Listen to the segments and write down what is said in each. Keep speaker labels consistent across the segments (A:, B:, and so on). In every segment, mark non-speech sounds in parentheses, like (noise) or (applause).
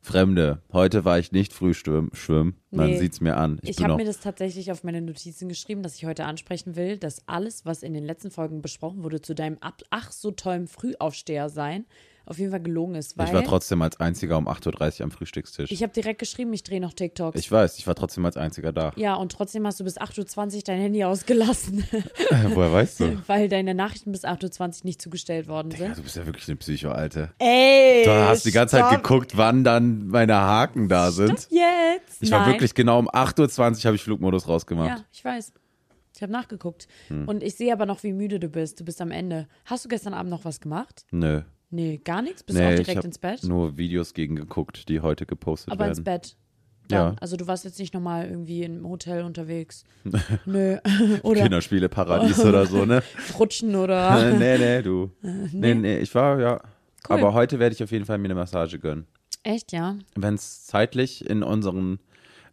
A: Fremde. Heute war ich nicht früh schwimmen. schwimmen. Man
B: Nee.
A: sieht's mir an. Ich,
B: Ich
A: bin
B: habe
A: noch.
B: mir das tatsächlich auf meine Notizen geschrieben, dass ich heute ansprechen will, dass alles, was in den letzten Folgen besprochen wurde, zu deinem ab ach so tollen Frühaufsteher sein, auf jeden Fall gelogen ist. Weil
A: ich war trotzdem als einziger um 8.30 Uhr am Frühstückstisch.
B: ich habe direkt geschrieben, ich drehe noch TikToks.
A: Ich weiß, ich war trotzdem als einziger da.
B: ja, und trotzdem hast du bis 8.20 Uhr dein Handy ausgelassen,
A: (laughs)
B: (laughs)
A: Woher weißt du?
B: weil deine Nachrichten bis 8.20 Uhr nicht zugestellt worden
A: Ja,
B: sind.
A: du bist ja wirklich eine Psycho, Alte.
B: Ey!
A: Du hast die ganze Zeit
B: stopp
A: geguckt, wann dann meine Haken da sind.
B: Jetzt!
A: Ich war
B: Nein.
A: wirklich genau um 8.20 Uhr habe ich Flugmodus rausgemacht.
B: Ja, ich weiß. Ich habe nachgeguckt.
A: Hm.
B: Und ich sehe aber noch, wie müde du bist. Du bist am Ende. Hast du gestern Abend noch was gemacht?
A: Nö.
B: Nee, gar nichts? Bist du
A: Nee,
B: auch
A: ich
B: direkt
A: habe
B: ins Bett?
A: nur Videos gegen geguckt, die heute gepostet
B: Aber ins
A: werden.
B: Bett. Dann.
A: Ja.
B: Also du warst jetzt nicht nochmal irgendwie im Hotel
A: (laughs)
B: unterwegs. Nö. (laughs) oder
A: Kinderspieleparadies oder so,
B: (laughs)
A: ne? (laughs)
B: rutschen oder.
A: Äh, nee, nee, du. Nee, nee, ich war, ja. Aber heute werde ich auf jeden Fall mir eine Massage gönnen.
B: Echt, ja.
A: Wenn es zeitlich in unseren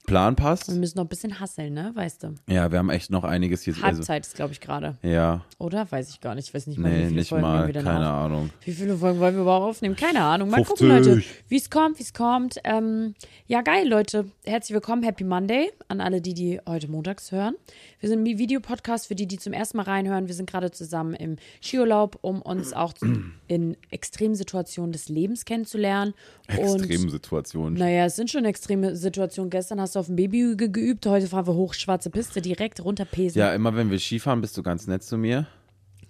A: Plan
B: Wir
A: passt.
B: müssen noch ein bisschen hasseln, ne? Weißt du.
A: Ja, wir haben echt noch einiges hier. Also,
B: Halbzeit ist, glaube ich, gerade.
A: ja,
B: Oder? Weiß ich gar nicht. Ich weiß nicht mal, wie
A: nee,
B: viele
A: nicht
B: Folgen wir
A: mal.
B: wieder
A: Keine
B: nach-
A: Ahnung.
B: Wie viele Folgen wollen wir überhaupt aufnehmen? Keine Ahnung. Mal gucken, Leute, wie es kommt, wie es kommt. Ähm, ja, geil, Leute. Herzlich willkommen. Happy Monday an alle, die, die heute montags hören. Wir sind ein Videopodcast für die, die zum ersten Mal reinhören. Wir sind gerade zusammen im Skiurlaub,
A: (clears throat)
B: um uns auch zu- in Extremsituationen des Lebens kennenzulernen. Und
A: Extremsituationen.
B: naja, es sind schon extreme Situationen. Gestern hast du auf dem Baby ge geübt, heute fahren wir hoch, schwarze Piste, direkt runter Pesen.
A: Ja, immer wenn wir Skifahren, bist du ganz nett zu mir.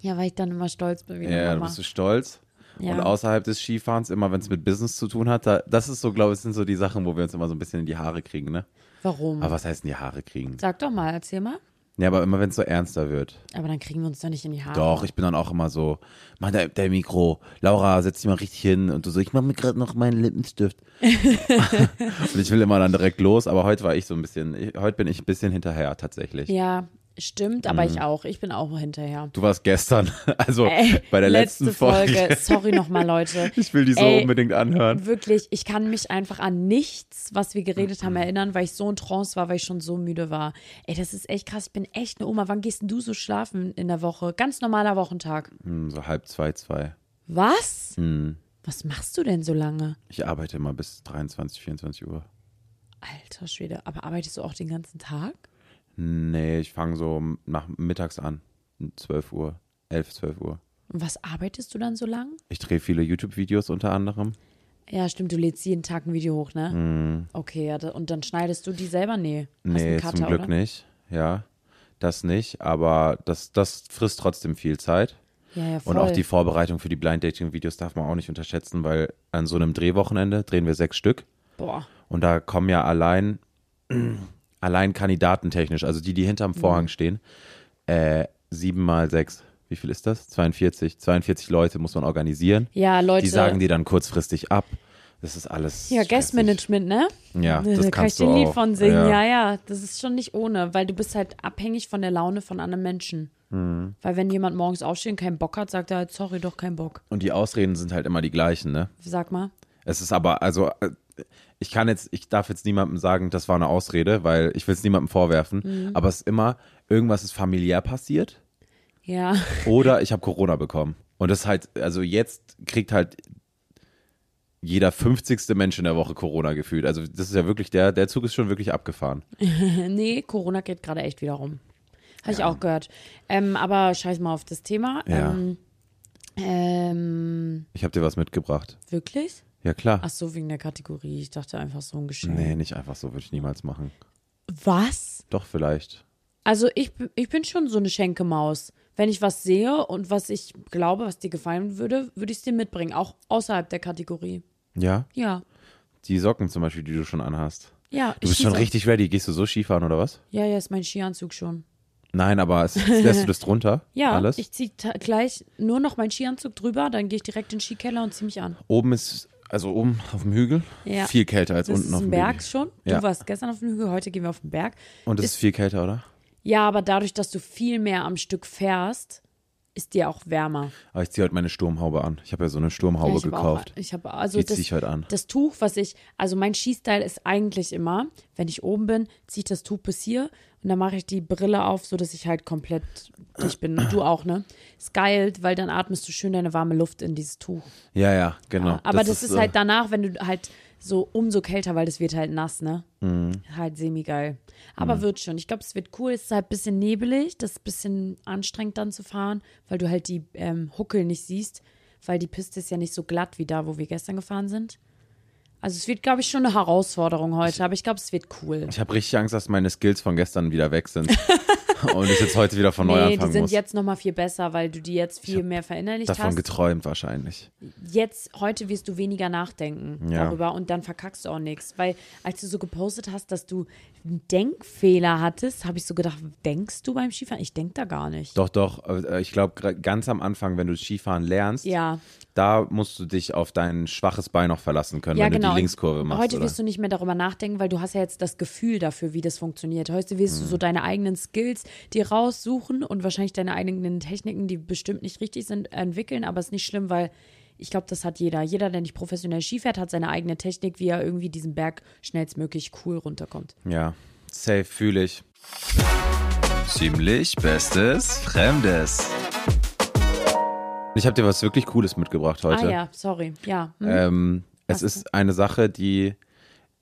B: Ja, weil ich dann immer stolz bin. Wie eine
A: Ja, da
B: Mama.
A: bist du stolz.
B: Ja.
A: Und außerhalb des Skifahrens, immer wenn es mit Business zu tun hat, da, das ist so, glaube ich, sind so die Sachen, wo wir uns immer so ein bisschen in die Haare kriegen, ne?
B: Mhm. Warum?
A: Aber was heißt in die Haare kriegen?
B: Sag doch mal, erzähl mal.
A: Ja, aber immer wenn es so ernster wird.
B: Aber dann kriegen wir uns doch nicht in die Haare.
A: Doch, ich bin dann auch immer so, Mann, der, der Mikro, Laura, setz dich mal richtig hin und du so, ich mach mir gerade noch meinen
B: (laughs)
A: Lippenstift. und ich will immer dann direkt los, aber heute war ich so ein bisschen, ich, heute bin ich ein bisschen hinterher tatsächlich.
B: Ja, stimmt, aber
A: Mhm.
B: ich auch. Ich bin auch hinterher.
A: Du warst gestern, also (laughs) bei der letzten Folge.
B: Äh, (laughs) Sorry nochmal, Leute.
A: (laughs) Ich will die so
B: Ey,
A: unbedingt anhören.
B: Wirklich, ich kann mich einfach an nichts, was wir geredet
A: Mhm.
B: haben, erinnern, weil ich so in Trance war, weil ich schon so müde war. Ey, das ist echt krass. Ich bin echt eine Oma. Wann gehst denn du so schlafen in der Woche? Ganz normaler Wochentag.
A: Hm, so halb zwei, zwei. Hm,
B: Was? Was machst du denn so lange?
A: Ich arbeite immer bis 23, 24 Uhr.
B: Alter Schwede, aber arbeitest du auch den ganzen Tag?
A: Nee, ich fange so nach mittags an, 12 Uhr, 11, 12 Uhr.
B: Und was arbeitest du dann so lang?
A: Ich drehe viele YouTube-Videos unter anderem.
B: Ja, stimmt, du lädst jeden Tag ein Video hoch, ne? Okay, ja, da- und dann schneidest du die selber? Nee. Hast
A: Mhm. Nee,
B: einen
A: zum
B: Cutter,
A: Glück
B: oder?
A: nicht. Ja, das nicht. Aber das, das frisst trotzdem viel Zeit.
B: Ja, ja,
A: Und auch die Vorbereitung für die Blind Dating-Videos darf man auch nicht unterschätzen, weil an so einem Drehwochenende drehen wir sechs Stück.
B: Boah.
A: Und da kommen ja allein, (clears throat) allein kandidatentechnisch, also die, die
B: Mhm.
A: hinterm Vorhang stehen, äh, sieben mal sechs. Wie viel ist das? 42. 42 Leute muss man organisieren.
B: Ja, Leute.
A: Die sagen die dann kurzfristig ab. Das ist alles.
B: ja,
A: stressig.
B: Guestmanagement, ne?
A: Ja,
B: Da
A: das
B: kann ich
A: kannst
B: dir
A: du
B: ein Lied
A: auch.
B: von singen.
A: Ja.
B: Ja. ja, das ist schon nicht ohne, weil du bist halt abhängig von der Laune von anderen Menschen.
A: Mhm.
B: Weil wenn jemand morgens aufsteht und keinen Bock hat, sagt er halt, sorry, doch keinen Bock.
A: Und die Ausreden sind halt immer die gleichen, ne?
B: Sag mal.
A: Es ist aber, also, äh, ich kann jetzt, ich darf jetzt niemandem sagen, das war eine Ausrede, weil ich will es niemandem vorwerfen.
B: Mhm.
A: Aber es ist immer, irgendwas ist familiär passiert
B: Ja, (laughs)
A: oder ich habe Corona bekommen. Und das ist halt, also jetzt kriegt halt jeder 50. Mensch in der Woche Corona gefühlt. Also, das ist ja wirklich, der, der Zug ist schon wirklich abgefahren.
B: nee, Corona geht gerade echt wieder rum. Habe ich auch gehört. Ähm, aber scheiß mal auf das Thema.
A: Ja.
B: Ähm, ähm,
A: Ich habe dir was mitgebracht.
B: wirklich?
A: Ja, klar.
B: Ach so, wegen der Kategorie. Ich dachte einfach so ein Geschenk.
A: Nee, nicht einfach so, würde ich niemals machen.
B: Was?
A: Doch, vielleicht.
B: Also ich, b- ich bin schon so eine Schenkemaus. Wenn ich was sehe und was ich glaube, was dir gefallen würde, würde ich es dir mitbringen. Auch außerhalb der Kategorie.
A: Ja?
B: Ja.
A: Die Socken zum Beispiel, die du schon anhast.
B: Ja.
A: Du bist
B: ich
A: schon
B: schieße.
A: richtig ready. Gehst du so Skifahren oder was?
B: Ja, ja, ist mein Skianzug schon.
A: Nein, aber es, lässt
B: (laughs)
A: du das drunter?
B: Ja,
A: Alles?
B: ich ziehe gleich nur noch meinen Skianzug drüber, dann gehe ich direkt in den Skikeller und ziehe mich an.
A: oben ist, also oben auf dem Hügel,
B: Ja.
A: viel kälter als
B: Das
A: unten
B: ist
A: auf
B: ein
A: dem
B: Berg
A: Hügel.
B: schon. Du
A: Ja.
B: warst gestern auf dem Hügel, heute gehen wir auf den Berg.
A: Und es ist viel kälter, oder?
B: Ja, aber dadurch, dass du viel mehr am Stück fährst, ist dir auch wärmer.
A: Aber ich ziehe heute meine Sturmhaube an. Ich habe ja so eine Sturmhaube
B: Ja, ich habe
A: gekauft.
B: Auch, ich habe also
A: Die
B: das,
A: zieh ich heute an.
B: das Tuch, was ich, also mein Skistyle ist eigentlich immer, wenn ich oben bin, ziehe ich das Tuch bis hier und dann mache ich die Brille auf, so dass ich halt komplett dicht bin. Und du auch, ne? Ist geil, weil dann atmest du schön deine warme Luft in dieses Tuch.
A: Ja, ja, genau.
B: Aber das, ist,
A: so-
B: halt danach, wenn du halt so umso kälter, weil das wird halt nass, ne? Halt semi-geil. Aber wird schon. Ich glaube, es wird cool. Es ist halt ein bisschen nebelig. Das ist ein bisschen anstrengend dann zu fahren, weil du halt die ähm, Huckel nicht siehst, weil die Piste ist ja nicht so glatt wie da, wo wir gestern gefahren sind. Also es wird, glaube ich, schon eine Herausforderung heute, aber ich glaube, es wird cool.
A: Ich habe richtig Angst, dass meine Skills von gestern wieder weg
B: (laughs)
A: sind. Und ich jetzt heute wieder von neu
B: Nee, die
A: anfangen
B: sind
A: muss.
B: jetzt noch mal viel besser, weil du die jetzt viel mehr verinnerlicht
A: Davon
B: hast.
A: geträumt wahrscheinlich.
B: jetzt, heute wirst du weniger nachdenken
A: Ja.
B: darüber und dann verkackst du auch nichts. Weil als du so gepostet hast, dass du einen Denkfehler hattest, habe ich so gedacht, denkst du beim Skifahren? Ich denk da gar nicht.
A: Doch, doch. äh, Ich glaube, ganz am Anfang, wenn du Skifahren lernst,
B: Ja,
A: da musst du dich auf dein schwaches Bein noch verlassen können,
B: ja
A: wenn
B: genau.
A: du die Linkskurve machst.
B: Heute
A: oder?
B: wirst du nicht mehr darüber nachdenken, weil du hast ja jetzt das Gefühl dafür, wie das funktioniert. Heute wirst
A: Mhm.
B: du so deine eigenen Skills dir raussuchen und wahrscheinlich deine eigenen Techniken, die bestimmt nicht richtig sind, entwickeln, aber ist nicht schlimm, weil ich glaube, das hat jeder. Jeder, der nicht professionell Skifährt, hat seine eigene Technik, wie er irgendwie diesen Berg schnellstmöglich cool runterkommt.
A: Ja, safe fühle ich. Ziemlich Bestes Fremdes. Ich habe dir was wirklich Cooles mitgebracht heute.
B: Ah ja, sorry. Ja. Hm.
A: ähm, es ist eine Sache, die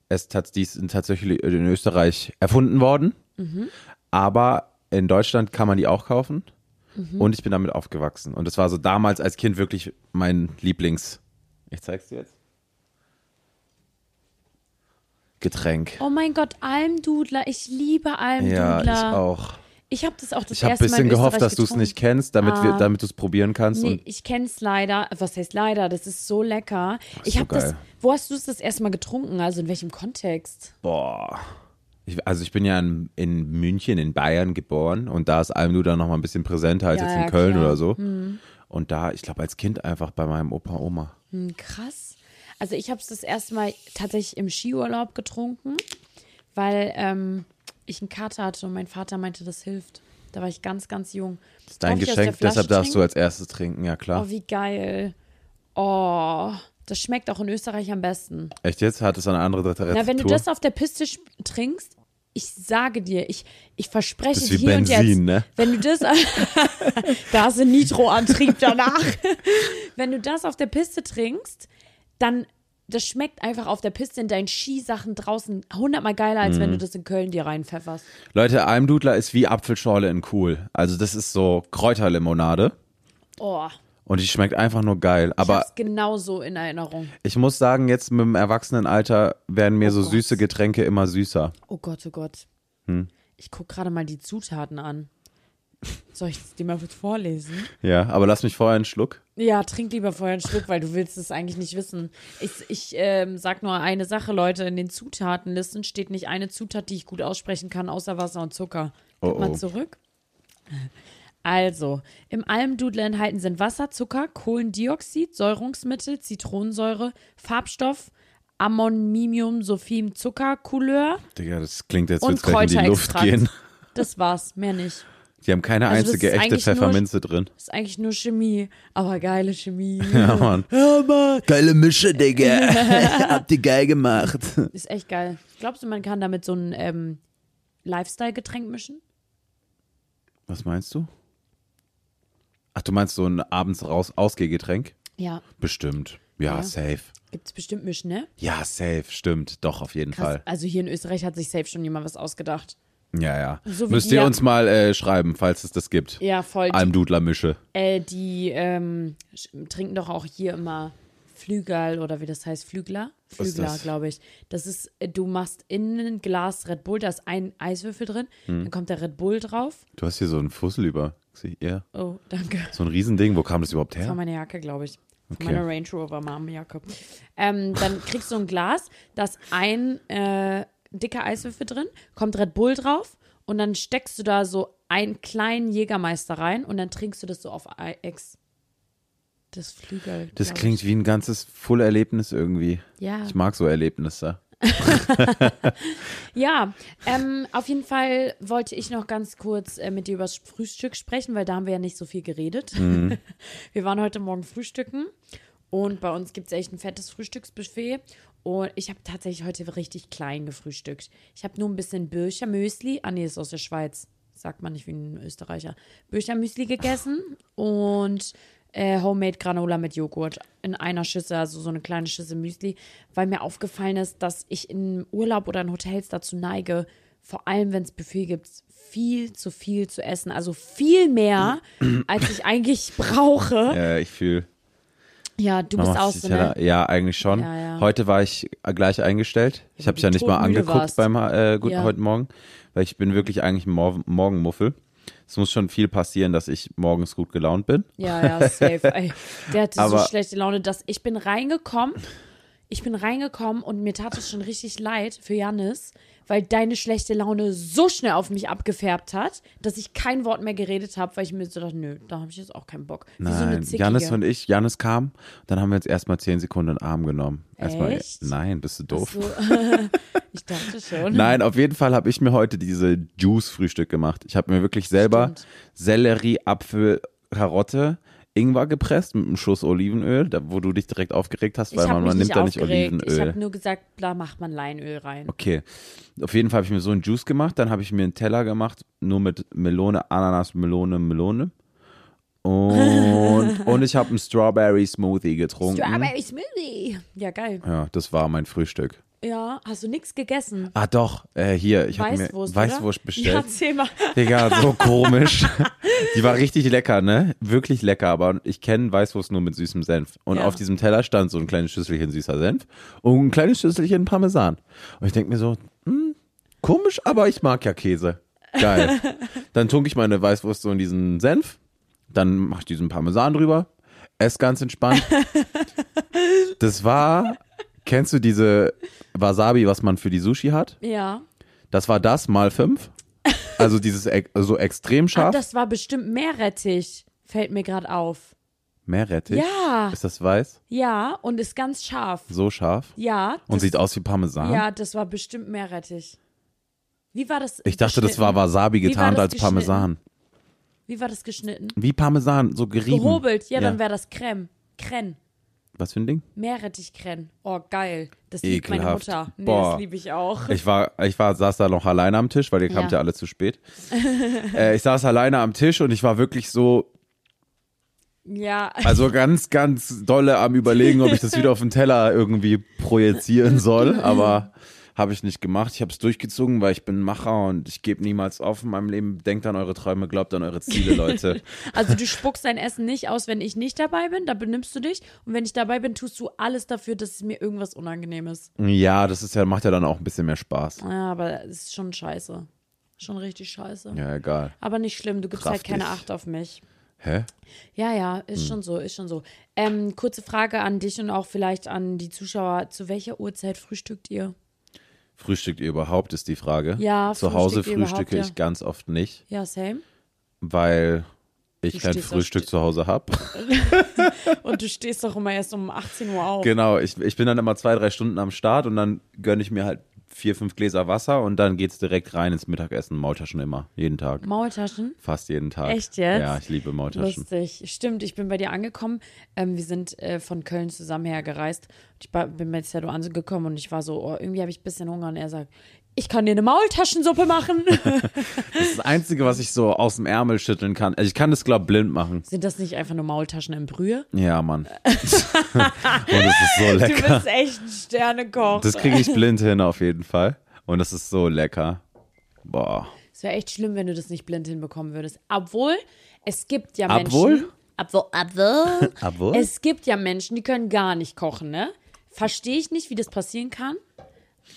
A: es tats die ist in- tatsächlich in Österreich erfunden worden,
B: Mhm.
A: aber in Deutschland kann man die auch kaufen.
B: Mhm.
A: Und ich bin damit aufgewachsen. Und es war so damals als Kind wirklich mein Lieblings. Ich zeig's dir jetzt. Getränk.
B: oh mein Gott, Almdudler. Ich liebe
A: Ja,
B: Almdudler.
A: ich auch.
B: Ich habe das auch das
A: Ich habe ein
B: erste Mal
A: bisschen
B: in
A: gehofft,
B: Österreich
A: dass du es
B: getrunken. Ah.
A: nicht kennst, damit, wir, damit du es probieren kannst.
B: Nee,
A: Und
B: ich kenn's leider. Was heißt leider? Das ist so lecker. ich
A: so
B: habe das.
A: geil.
B: Wo hast du es das erste Mal getrunken? Also in welchem Kontext?
A: boah. Ich, also ich bin ja in, in München, in Bayern geboren und da ist Almdudler noch mal ein bisschen präsenter als
B: Ja,
A: jetzt in
B: ja,
A: Köln
B: klar.
A: oder so. Und da, ich glaube, als Kind einfach bei meinem Opa, Oma.
B: Hm, krass. Also ich habe es das erste Mal tatsächlich im Skiurlaub getrunken, weil ähm, ich einen Kater hatte und mein Vater meinte, das hilft. Da war ich ganz, ganz jung.
A: Das ist dein
B: Darf ich aus der
A: Geschenk, deshalb
B: Flasche
A: darfst du
B: trinken?
A: als erstes trinken, ja klar.
B: Oh, wie geil. Oh, das schmeckt auch in Österreich am besten.
A: Echt jetzt? Hat es eine andere dritte Rezeptur?
B: Na, wenn du das auf der Piste sch- trinkst, ich sage dir, ich, ich verspreche
A: Das ist
B: dir
A: wie
B: hier und jetzt,
A: Benzin, ne?
B: wenn du das,
A: (laughs)
B: da hast du Nitroantrieb danach. wenn du das auf der Piste trinkst, dann, das schmeckt einfach auf der Piste in deinen Skisachen draußen hundertmal geiler, als
A: Mhm.
B: wenn du das in Köln dir reinpfefferst.
A: Leute, Almdudler ist wie Apfelschorle in cool. Also das ist so Kräuterlimonade
B: Oh,
A: und die schmeckt einfach nur geil.
B: ich
A: Aber
B: hab's genauso in Erinnerung.
A: Ich muss sagen, jetzt mit dem Erwachsenenalter werden mir so
B: Oh Gott.
A: süße Getränke immer süßer.
B: Oh Gott, oh Gott.
A: Hm?
B: Ich guck gerade mal die Zutaten an. Soll ich die mal kurz vorlesen?
A: Ja, aber lass mich vorher einen Schluck.
B: Ja, trink lieber vorher einen Schluck, weil du willst es eigentlich nicht wissen. Ich, ich ähm, sag nur eine Sache, Leute. In den Zutatenlisten steht nicht eine Zutat, die ich gut aussprechen kann, außer Wasser und Zucker. Gib
A: Oh, oh.
B: mal zurück. Also, im Almdudler enthalten sind Wasser, Zucker, Kohlendioxid, Säurungsmittel, Zitronensäure, Farbstoff, Ammonimium, Sophim, Zucker, Couleur
A: Digga, das klingt jetzt,
B: und
A: als gleich in die Luft
B: Kräuterextrakt.
A: gehen.
B: Das war's, mehr nicht.
A: Die haben keine
B: Also das
A: einzige
B: ist
A: echte
B: eigentlich nur-
A: Pfefferminze
B: (laughs)
A: drin.
B: Ist eigentlich nur Chemie, aber
A: (laughs)
B: geile Chemie.
A: Ja, Mann. Geile Mische, Digga.
B: (laughs)
A: Habt ihr geil gemacht.
B: Ist echt geil. Glaubst du, man kann damit so ein ähm, Lifestyle-Getränk mischen?
A: Was meinst du? Ach, du meinst so ein abends raus Ausgehgetränk?
B: Ja.
A: Bestimmt. Ja, safe.
B: Gibt's bestimmt mischen, ne?
A: Ja, safe, stimmt. Doch, auf jeden
B: Krass.
A: Fall.
B: Also hier in Österreich hat sich safe schon jemand was ausgedacht.
A: Ja, ja.
B: So wie
A: Müsst
B: die
A: ihr
B: ja-
A: uns mal äh, schreiben, falls es das gibt.
B: Ja, voll. Die,
A: Almdudler-Mische.
B: äh, die ähm, sch- trinken doch auch hier immer Flügel oder wie das heißt, Flügler?
A: Was ist
B: Flügler,
A: das?
B: glaube ich. Das ist, äh, du machst in ein Glas Red Bull, da ist ein Eiswürfel drin,
A: Hm.
B: dann kommt der Red Bull drauf.
A: Du hast hier so einen Fussel über. Ja.
B: Oh, danke.
A: So ein Riesending. Wo kam das überhaupt
B: Das war
A: her?
B: meine Jacke, glaube ich. Von
A: Okay.
B: meiner Range Rover Mom Jacke. Ähm, dann kriegst du ein Glas, da ist ein äh, dicker Eiswürfel drin, kommt Red Bull drauf und dann steckst du da so einen kleinen Jägermeister rein und dann trinkst du das so auf Ei- Ex. Das Flügel.
A: Das
B: glaub
A: klingt wie ein ganzes volle Erlebnis irgendwie.
B: Ja.
A: Ich mag so Erlebnisse.
B: Ja, ähm, auf jeden Fall wollte ich noch ganz kurz äh, mit dir über das Frühstück sprechen, weil da haben wir ja nicht so viel geredet.
A: Mhm.
B: (laughs) Wir waren heute Morgen frühstücken und bei uns gibt es echt ein fettes Frühstücksbuffet. Und ich habe tatsächlich heute richtig klein gefrühstückt. Ich habe nur ein bisschen Birchermüsli. Ah, nee, ist aus der Schweiz. Sagt man nicht wie ein Österreicher. Birchermüsli gegessen und äh, Homemade Granola mit Joghurt in einer Schüssel, also so eine kleine Schüssel Müsli, weil mir aufgefallen ist, dass ich im Urlaub oder in Hotels dazu neige, vor allem wenn es Buffet gibt, viel zu viel zu essen. Also viel mehr, als ich eigentlich brauche.
A: Äh, ich fühle.
B: Ja, du bist auch so, ne?
A: Ja, eigentlich schon.
B: Ja, ja.
A: Heute war ich äh, gleich eingestellt. Ich
B: weil
A: habe
B: du
A: ja nicht mal
B: todmüde
A: angeguckt
B: warst.
A: beim äh, guten
B: Ja.
A: heute Morgen, weil ich bin wirklich eigentlich ein Mor Morgenmuffel. Es muss schon viel passieren, dass ich morgens gut gelaunt bin.
B: Ja, ja,
A: (laughs)
B: safe. Ey, der hatte
A: Aber-
B: so schlechte Laune, dass ich bin reingekommen. Ich bin reingekommen und mir tat es schon richtig leid für Jannis, weil deine schlechte Laune so schnell auf mich abgefärbt hat, dass ich kein Wort mehr geredet habe, weil ich mir so dachte, nö, da habe ich jetzt auch keinen Bock. Wie so eine
A: Nein,
B: Zickige.
A: Janis und ich, Janis kam, dann haben wir uns erstmal zehn Sekunden in den Arm genommen. Erstmal,
B: Echt?
A: nein, bist du doof?
B: so, Ich dachte schon.
A: Nein, auf jeden Fall habe ich mir heute diese Juice-Frühstück gemacht. Ich habe mir wirklich selber
B: Stimmt.
A: Sellerie, Apfel, Karotte, Ingwer gepresst mit einem Schuss Olivenöl, da, wo du dich direkt aufgeregt hast,
B: ich
A: weil
B: habe
A: man,
B: mich
A: man nimmt
B: nicht
A: da nicht
B: aufgeregt. Ich
A: Olivenöl.
B: habe nur gesagt, da macht man Leinöl rein.
A: Okay. Auf jeden Fall habe ich mir so einen Juice gemacht, dann habe ich mir einen Teller gemacht, nur mit Melone, Ananas, Melone, Melone. Und, und ich habe einen Strawberry Smoothie getrunken.
B: Strawberry Smoothie. Ja, geil.
A: Ja, das war mein Frühstück.
B: Ja, hast du nichts gegessen?
A: Ah, doch, äh, hier, ich habe mir
B: Weißwurst,
A: Weißwurst
B: oder? Ja,
A: bestellt.
B: erzähl mal.
A: Digga, so komisch. Die war richtig lecker, ne? Wirklich lecker, aber ich kenne Weißwurst nur mit süßem Senf. Und
B: Ja.
A: auf diesem Teller stand so ein kleines Schüsselchen süßer Senf und ein kleines Schüsselchen Parmesan. Und ich denke mir so, hm, komisch, aber ich mag ja Käse. Geil. Dann tunke ich meine Weißwurst so in diesen Senf, dann mache ich diesen Parmesan drüber, esse ganz entspannt. Das war, kennst du diese Wasabi, was man für die Sushi hat?
B: Ja.
A: Das war das mal fünf. Also dieses e so extrem
B: Ah,
A: scharf.
B: das war bestimmt Meerrettich, fällt mir gerade auf.
A: Meerrettich.
B: Ja,
A: Ist das weiß?
B: ja, und ist ganz scharf.
A: So scharf.
B: Ja.
A: Und
B: das,
A: sieht aus wie Parmesan.
B: Ja, das war bestimmt Meerrettich. Wie war das?
A: Ich dachte, das war
B: geschnitten?
A: Wasabi
B: Wie war
A: getarnt
B: das
A: als Parmesan.
B: Wie war das geschnitten?
A: Wie Parmesan, so gerieben.
B: Gehobelt, ja, dann
A: Ja.
B: wäre das Creme. Creme.
A: Was für ein Ding?
B: Meerrettich-Creme. Oh, geil. Das liebt meine
A: Ekelhaft.
B: Mutter. Nee,
A: Boah.
B: das liebe ich auch.
A: Ich war, ich war, saß da noch alleine am Tisch, weil ihr kamt ja,
B: Ja.
A: alle zu spät. äh, ich saß alleine am Tisch und ich war wirklich so,
B: Ja.
A: also ganz, ganz dolle am überlegen, ob ich das wieder auf den Teller irgendwie projizieren
B: (laughs)
A: soll, aber habe ich nicht gemacht. Ich habe es durchgezogen, weil ich bin ein Macher und ich gebe niemals auf in meinem Leben. Denkt an eure Träume, glaubt an eure Ziele,
B: (laughs)
A: Leute.
B: Also du spuckst dein Essen nicht aus, wenn ich nicht dabei bin, da benimmst du dich. Und wenn ich dabei bin, tust du alles dafür, dass es mir irgendwas unangenehm ist.
A: ja, das ist ja, macht ja dann auch ein bisschen mehr Spaß.
B: Ja, aber es ist schon scheiße. Schon richtig scheiße.
A: Ja, egal.
B: Aber nicht schlimm, du gibst halt
A: Kraftig.
B: keine Acht auf mich.
A: Hä?
B: Ja, ja, ist
A: Hm.
B: schon so, ist schon so. Ähm, kurze Frage an dich und auch vielleicht an die Zuschauer. Zu welcher Uhrzeit frühstückt ihr?
A: Frühstückt ihr überhaupt, ist die Frage.
B: Ja,
A: Zu Hause
B: frühstückt ihr
A: frühstücke
B: überhaupt,
A: ich
B: ja.
A: ganz oft nicht,
B: Ja, same.
A: weil ich
B: Du
A: kein
B: stehst auf
A: Frühstück
B: Ste-
A: zu Hause habe.
B: Und du stehst doch immer erst um 18 Uhr auf.
A: Genau, ich, ich bin dann immer zwei, drei Stunden am Start und dann gönne ich mir halt vier, fünf Gläser Wasser und dann geht's direkt rein ins Mittagessen. Maultaschen immer, jeden Tag.
B: Maultaschen?
A: Fast jeden Tag.
B: Echt jetzt?
A: Ja, ich liebe Maultaschen.
B: Lustig. Stimmt, ich bin bei dir angekommen. Ähm, wir sind äh, von Köln zusammen hergereist. Und Ich ba- bin bei Cedo angekommen und ich war so, oh, irgendwie habe ich ein bisschen Hunger. Und er sagt, ich kann dir eine Maultaschensuppe machen.
A: (laughs) Das ist das Einzige, was ich so aus dem Ärmel schütteln kann. Also ich kann das, glaube blind machen.
B: Sind das nicht einfach nur Maultaschen in Brühe?
A: Ja, Mann. (laughs) und es ist so
B: Du
A: lecker.
B: bist echt ein Sternekoch.
A: Das kriege ich blind hin auf jeden Fall. Und das ist so lecker. Boah.
B: Es wäre echt schlimm, wenn du das nicht blind hinbekommen würdest. Obwohl, es gibt ja
A: Obwohl?
B: Menschen. Apfel, Apfel.
A: Obwohl?
B: Es gibt ja Menschen, die können gar nicht kochen, ne? Verstehe ich nicht, wie das passieren kann.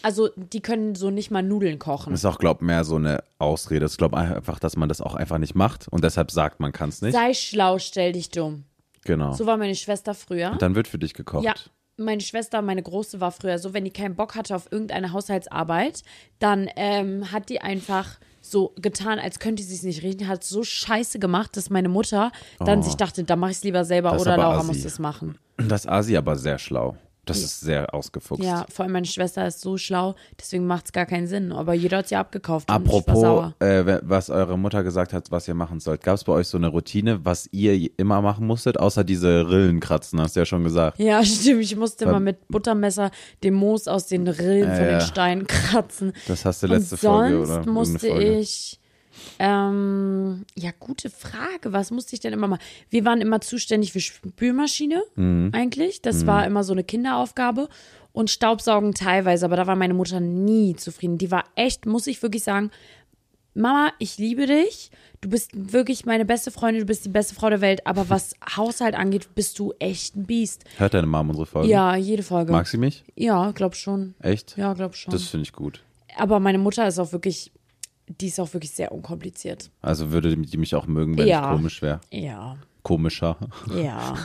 B: Also, die können so nicht mal Nudeln kochen.
A: Das ist auch, glaube mehr so eine Ausrede. Ich glaube einfach, dass man das auch einfach nicht macht und deshalb sagt, man kann es nicht.
B: Sei schlau, stell dich dumm.
A: Genau.
B: So war meine Schwester früher.
A: Und dann wird für dich gekocht.
B: Ja, meine Schwester, meine Große war früher so, wenn die keinen Bock hatte auf irgendeine Haushaltsarbeit, dann ähm, hat die einfach so getan, als könnte sie es nicht reden, hat so scheiße gemacht, dass meine Mutter dann
A: Oh.
B: sich dachte, dann mache ich es lieber selber
A: Das ist
B: oder
A: aber
B: Laura
A: assi.
B: muss das machen.
A: Das ist Asi aber sehr schlau. Das ist sehr ausgefuchst.
B: Ja, vor allem meine Schwester ist so schlau, deswegen macht es gar keinen Sinn. Aber jeder hat sie abgekauft. und ich war
A: Apropos,
B: sauer.
A: äh, we- was eure Mutter gesagt hat, was ihr machen sollt, gab es bei euch so eine Routine, was ihr je- immer machen musstet, außer diese Rillenkratzen, hast du ja schon gesagt.
B: Ja, (laughs) stimmt. Ich musste
A: Weil-
B: immer mit Buttermesser den Moos aus den Rillen
A: Ja,
B: von
A: ja.
B: den Steinen (laughs) kratzen.
A: Das hast du letzte
B: Und sonst
A: Folge oder
B: musste
A: irgendeine Folge.
B: ich. Ähm, ja, gute Frage. Was musste ich denn immer machen? Wir waren immer zuständig für Spülmaschine
A: Mhm.
B: eigentlich. Das war immer so eine Kinderaufgabe. Und Staubsaugen teilweise, aber da war meine Mutter nie zufrieden. Die war echt, muss ich wirklich sagen, Mama, ich liebe dich. Du bist wirklich meine beste Freundin, du bist die beste Frau der Welt. Aber was
A: (laughs)
B: Haushalt angeht, bist du echt ein Biest.
A: Hört deine Mom unsere Folge?
B: Ja, jede Folge.
A: Mag sie mich?
B: Ja, glaub schon.
A: Echt?
B: Ja, glaub schon.
A: Das finde ich gut.
B: Aber meine Mutter ist auch wirklich, die ist auch wirklich sehr unkompliziert.
A: Also würde die mich auch mögen, wenn
B: Ja.
A: ich komisch wäre.
B: Ja,
A: Komischer. (laughs)
B: ja.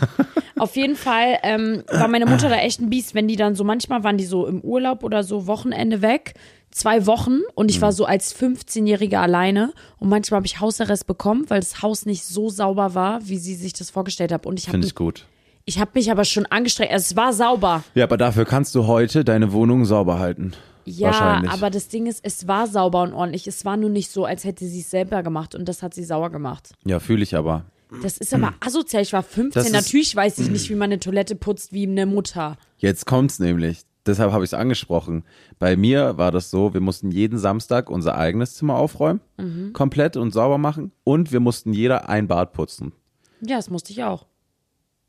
B: Auf jeden Fall ähm, war meine Mutter da echt ein Biest, wenn die dann so, manchmal waren die so im Urlaub oder so, Wochenende weg, zwei Wochen und ich war
A: Mhm.
B: so als 15-Jährige alleine und manchmal habe ich Hausarrest bekommen, weil das Haus nicht so sauber war, wie sie sich das vorgestellt hat. Und ich habe
A: Finde ich
B: mich,
A: gut.
B: ich hab mich aber schon angestrengt, also es war sauber.
A: Ja, aber dafür kannst du heute deine Wohnung sauber halten.
B: Ja,
A: Wahrscheinlich.
B: aber das Ding ist, es war sauber und ordentlich. Es war nur nicht so, als hätte sie es selber gemacht und das hat sie sauer gemacht.
A: ja, fühle ich aber.
B: Das ist aber asozial. Ich war 15.
A: Hm. Das ist- Hm.
B: Natürlich weiß ich nicht, wie man eine Toilette putzt wie eine Mutter.
A: Jetzt kommt's nämlich. Deshalb habe ich es angesprochen. Bei mir war das so, wir mussten jeden Samstag unser eigenes Zimmer aufräumen, komplett und sauber machen. Und wir mussten jeder ein Bad putzen.
B: Ja, das musste ich auch.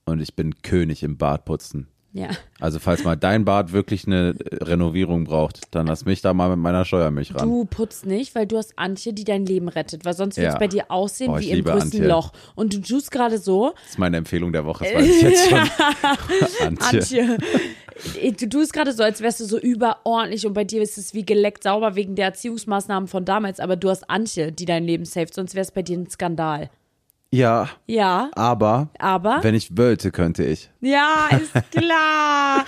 A: Und ich bin König im Bad putzen.
B: Ja.
A: Also falls mal dein Bad wirklich eine äh, Renovierung braucht, dann lass mich da mal mit meiner Steuermilch ran.
B: Du putzt nicht, weil du hast Antje, die dein Leben rettet. Weil sonst wird es
A: Ja.
B: bei dir aussehen
A: Oh, ich
B: wie im
A: liebe
B: größten
A: Antje.
B: Loch. Und du tust gerade so,
A: Das ist meine Empfehlung der Woche, das weiß ich jetzt schon. Antje. (laughs)
B: Antje, Äh, du tust gerade so, als wärst du so überordentlich und bei dir ist es wie geleckt sauber wegen der Erziehungsmaßnahmen von damals. Aber du hast Antje, die dein Leben saved. Sonst wäre es bei dir ein Skandal.
A: Ja,
B: Ja,
A: aber,
B: aber.
A: wenn ich wollte, könnte ich. (laughs)
B: Ja, ist klar.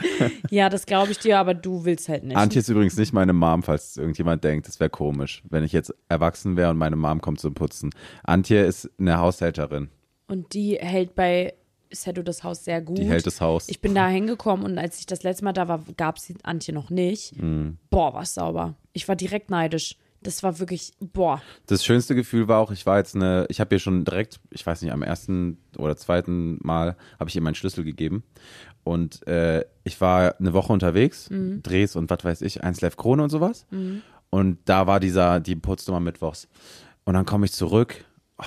B: ja, das glaube ich dir, aber du willst halt nicht.
A: Antje ist übrigens nicht meine Mom, falls es irgendjemand denkt, das wäre komisch, wenn ich jetzt erwachsen wäre und meine Mom kommt zum Putzen. Antje ist eine Haushälterin.
B: Und die hält bei Seto das Haus sehr gut.
A: Die hält das Haus.
B: Ich bin da hingekommen und als ich das letzte Mal da war, gab es Antje noch nicht.
A: Mhm.
B: Boah, war sauber. Ich war direkt neidisch. Das war wirklich, boah.
A: Das schönste Gefühl war auch, ich war jetzt eine, ich habe ihr schon direkt, ich weiß nicht, am ersten oder zweiten Mal habe ich ihr meinen Schlüssel gegeben. Und äh, ich war eine Woche unterwegs, Drehs und was weiß ich, 1 Live Krone und sowas. Und da war dieser, die Putznummer mittwochs. Und dann komme ich zurück, oh,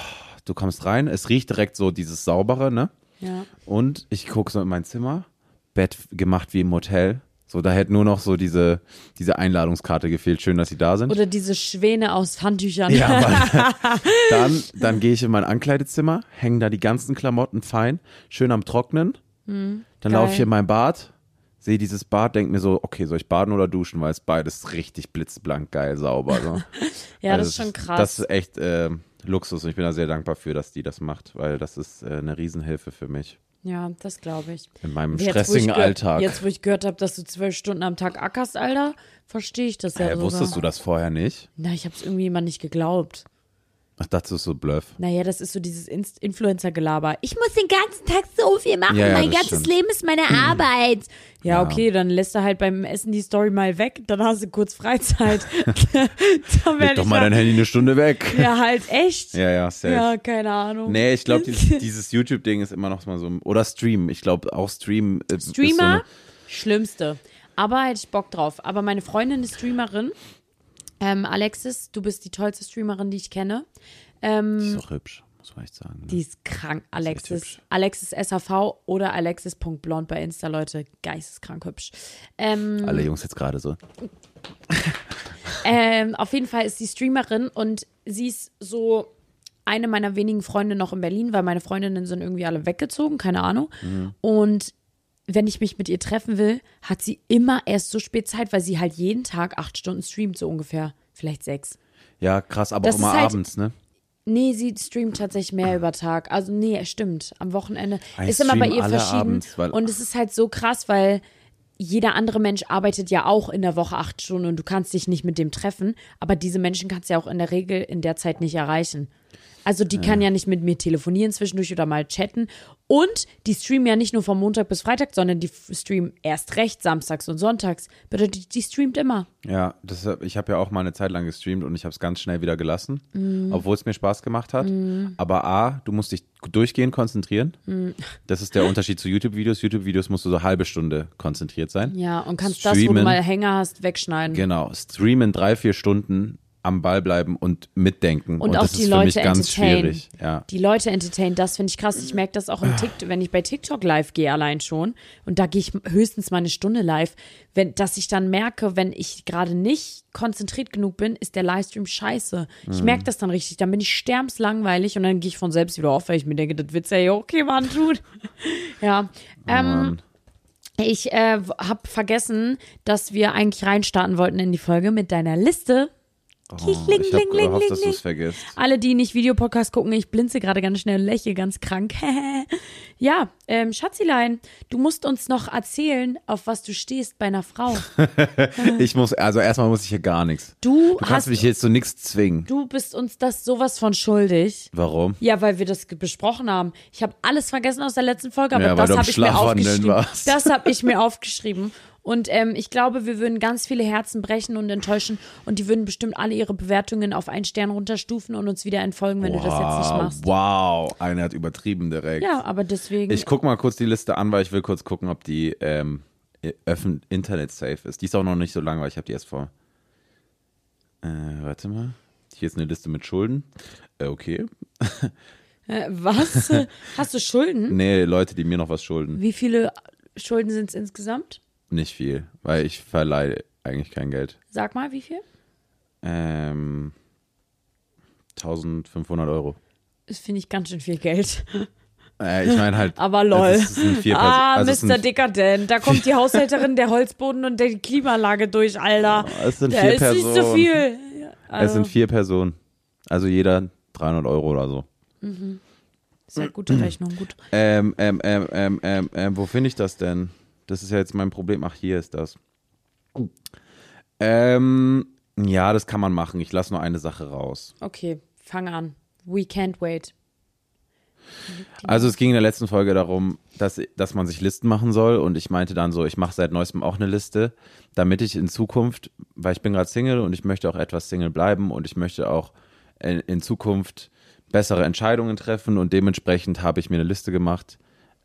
A: du kommst rein, es riecht direkt so dieses Saubere, ne?
B: Ja.
A: Und ich gucke so in mein Zimmer, Bett gemacht wie im Hotel. So, da hätte nur noch so diese, diese Einladungskarte gefehlt. Schön, dass sie da sind.
B: Oder diese Schwäne aus Handtüchern.
A: Ja, aber (laughs) dann, dann gehe ich in mein Ankleidezimmer, hängen da die ganzen Klamotten fein, schön am Trocknen. dann
B: Hm, geil.
A: laufe ich in mein Bad, sehe dieses Bad, denke mir so, okay, soll ich baden oder duschen, weil es beides richtig blitzblank geil sauber. So.
B: (laughs) (laughs) Ja,
A: Also
B: das ist schon krass.
A: Das ist echt äh, Luxus und ich bin da sehr dankbar für, dass die das macht, weil das ist äh, eine Riesenhilfe für mich
B: ja, das glaube ich.
A: in meinem
B: Jetzt, wo
A: stressigen
B: ich gehört-
A: Alltag.
B: Jetzt, wo ich gehört habe, dass du zwölf Stunden am Tag ackerst, Alter, verstehe ich das ja.
A: Hä,
B: sogar.
A: wusstest du das vorher nicht?
B: Na, ich habe es irgendwie immer nicht geglaubt.
A: Ach, das ist so Bluff.
B: Naja, das ist so dieses Inst- Influencer-Gelaber. Ich muss den ganzen Tag so viel machen.
A: Ja, ja,
B: mein
A: das
B: ganzes
A: stimmt.
B: Leben
A: (clears throat)
B: ist meine Arbeit. Ja,
A: Ja.
B: okay, dann lässt er halt beim Essen die Story mal weg. Dann hast du kurz
A: (laughs)
B: Freizeit. (laughs) dann
A: Leg
B: werde
A: doch
B: ich
A: mal dein
B: mal
A: Handy eine Stunde weg.
B: (laughs) ja, halt echt.
A: Ja, ja, safe.
B: Ja, keine Ahnung.
A: Nee, ich glaube,
B: (laughs)
A: dieses, dieses YouTube-Ding ist immer noch mal so. Oder Stream. Ich glaube, auch Stream. Äh, Ist so
B: Streamer,
A: eine,
B: schlimmste. Aber hätte ich Bock drauf. Aber meine Freundin ist Streamerin. Ähm, Alexis, du bist die tollste Streamerin, die ich kenne. Ähm,
A: die ist auch hübsch, muss man echt sagen. Ne?
B: Die ist krank, Alexis.
A: hübsch.
B: Alexis SHV oder Alexis.blond bei Insta, Leute. Geisteskrank hübsch.
A: (laughs)
B: Ähm,
A: Alle Jungs jetzt gerade so.
B: ähm, auf jeden Fall ist sie Streamerin und sie ist so eine meiner wenigen Freunde noch in Berlin, weil meine Freundinnen sind irgendwie alle weggezogen, keine Ahnung. Und wenn ich mich mit ihr treffen will, hat sie immer erst so spät Zeit, weil sie halt jeden Tag acht Stunden streamt, so ungefähr. Vielleicht sechs.
A: Ja, krass, aber
B: Das
A: auch immer
B: ist halt-
A: abends, ne?
B: Nee, sie streamt tatsächlich mehr über Tag. Also, nee, stimmt. Am Wochenende
A: Ah. Ich
B: ist immer bei
A: stream
B: ihr
A: alle
B: verschieden.
A: abends, weil-
B: und es ist halt so krass, weil jeder andere Mensch arbeitet ja auch in der Woche acht Stunden und du kannst dich nicht mit dem treffen. Aber diese Menschen kannst du ja auch in der Regel in der Zeit nicht erreichen. Also, die kann ja nicht mit mir telefonieren zwischendurch oder mal chatten. Und die streamen ja nicht nur von Montag bis Freitag, sondern die streamen erst recht samstags und sonntags. Bedeutet, die, die streamt immer.
A: Ja, das, ich habe ja auch mal eine Zeit lang gestreamt und ich habe es ganz schnell wieder gelassen,
B: Mhm.
A: obwohl es mir Spaß gemacht hat. Aber A, du musst dich durchgehend konzentrieren.
B: Mhm.
A: Das ist der Unterschied zu YouTube-Videos. YouTube-Videos musst du so eine halbe Stunde konzentriert sein.
B: Ja, und kannst das, wo du
A: Streamen.
B: mal Hänger hast, wegschneiden.
A: Genau, streamen drei, vier Stunden am Ball bleiben Ähm, und mitdenken.
B: und, auch
A: das
B: die
A: ist
B: Leute
A: für mich ganz
B: entertain.
A: schwierig. Ja. Ah.
B: Die Leute entertain, das finde ich krass. Ich merke das auch im TikTok, wenn ich bei TikTok live gehe allein schon. Und da gehe ich höchstens mal eine Stunde live, wenn, dass ich dann merke, wenn ich gerade nicht konzentriert genug bin, ist der Livestream scheiße. Ich
A: Mhm.
B: merke das dann richtig. Dann bin ich sterbenslangweilig und dann gehe ich von selbst wieder auf, weil ich mir denke, das wird's ja eh okay, man tut. (laughs) ja.
A: Oh
B: Ähm, ich äh, habe vergessen, dass wir eigentlich reinstarten wollten in die Folge mit deiner Liste. Kling,
A: Oh, ich
B: kling,
A: habe
B: kling,
A: gehofft, dass
B: kling,
A: du
B: kling.
A: es vergisst.
B: Alle, die nicht Videopodcast gucken, ich blinze gerade ganz schnell, lächle ganz krank. (laughs) ja, ähm, Schatzilein, du musst uns noch erzählen, auf was du stehst bei einer Frau.
A: Ich muss, also erstmal muss ich hier gar nichts.
B: Du,
A: Du kannst
B: hast,
A: mich jetzt zu nichts zwingen.
B: du bist uns das sowas von schuldig.
A: Warum?
B: Ja, weil wir das ge- besprochen haben. Ich habe alles vergessen aus der letzten Folge, aber
A: Ja, weil
B: das
A: du am
B: habe ich mir
A: Schlafwandeln
B: aufgeschrieben.
A: warst.
B: Das habe ich mir aufgeschrieben. Und ähm, ich glaube, wir würden ganz viele Herzen brechen und enttäuschen. Und die würden bestimmt alle ihre Bewertungen auf einen Stern runterstufen und uns wieder entfolgen, wenn du das jetzt nicht machst.
A: wow, einer hat übertrieben direkt.
B: Ja, aber deswegen.
A: Ich guck mal kurz die Liste an, weil ich will kurz gucken, ob die ähm, öffn Internet safe ist. Die ist auch noch nicht so lang, weil ich habe die erst vor. Äh, warte mal. Hier ist eine Liste mit Schulden. Äh, okay. (laughs)
B: Äh, Was? Hast du Schulden?
A: Nee, Leute, die mir noch was schulden.
B: Wie viele Schulden sind es insgesamt?
A: Nicht viel, weil ich verleihe eigentlich kein Geld.
B: Sag mal, wie viel?
A: Ähm, 1500 Euro.
B: Das finde ich ganz schön viel Geld.
A: Äh, ich meine halt.
B: (laughs) Aber lol.
A: Es ist ein vier
B: Ah,
A: also es ist
B: Mr.
A: ein-
B: Dekadent.
A: (laughs)
B: Da kommt die Haushälterin, der Holzboden und die Klimaanlage durch, Alter.
A: Es sind
B: da
A: vier
B: ist nicht so
A: Personen.
B: viel. Ja,
A: Es
B: Also,
A: sind vier Personen. Also jeder 300 Euro oder so.
B: ist ja gute Rechnung, gut.
A: Ähm, ähm, ähm, ähm, ähm, ähm wo finde ich das denn? Das ist ja jetzt mein Problem. Ach, hier ist das. Ähm, ja, das kann man machen. Ich lasse nur eine Sache raus.
B: Okay, fang an. We can't wait.
A: Also es ging in der letzten Folge darum, dass, dass man sich Listen machen soll und ich meinte dann so, ich mache seit neuestem auch eine Liste, damit ich in Zukunft, weil ich bin gerade Single und ich möchte auch etwas Single bleiben und ich möchte auch in, in Zukunft bessere Entscheidungen treffen und dementsprechend habe ich mir eine Liste gemacht,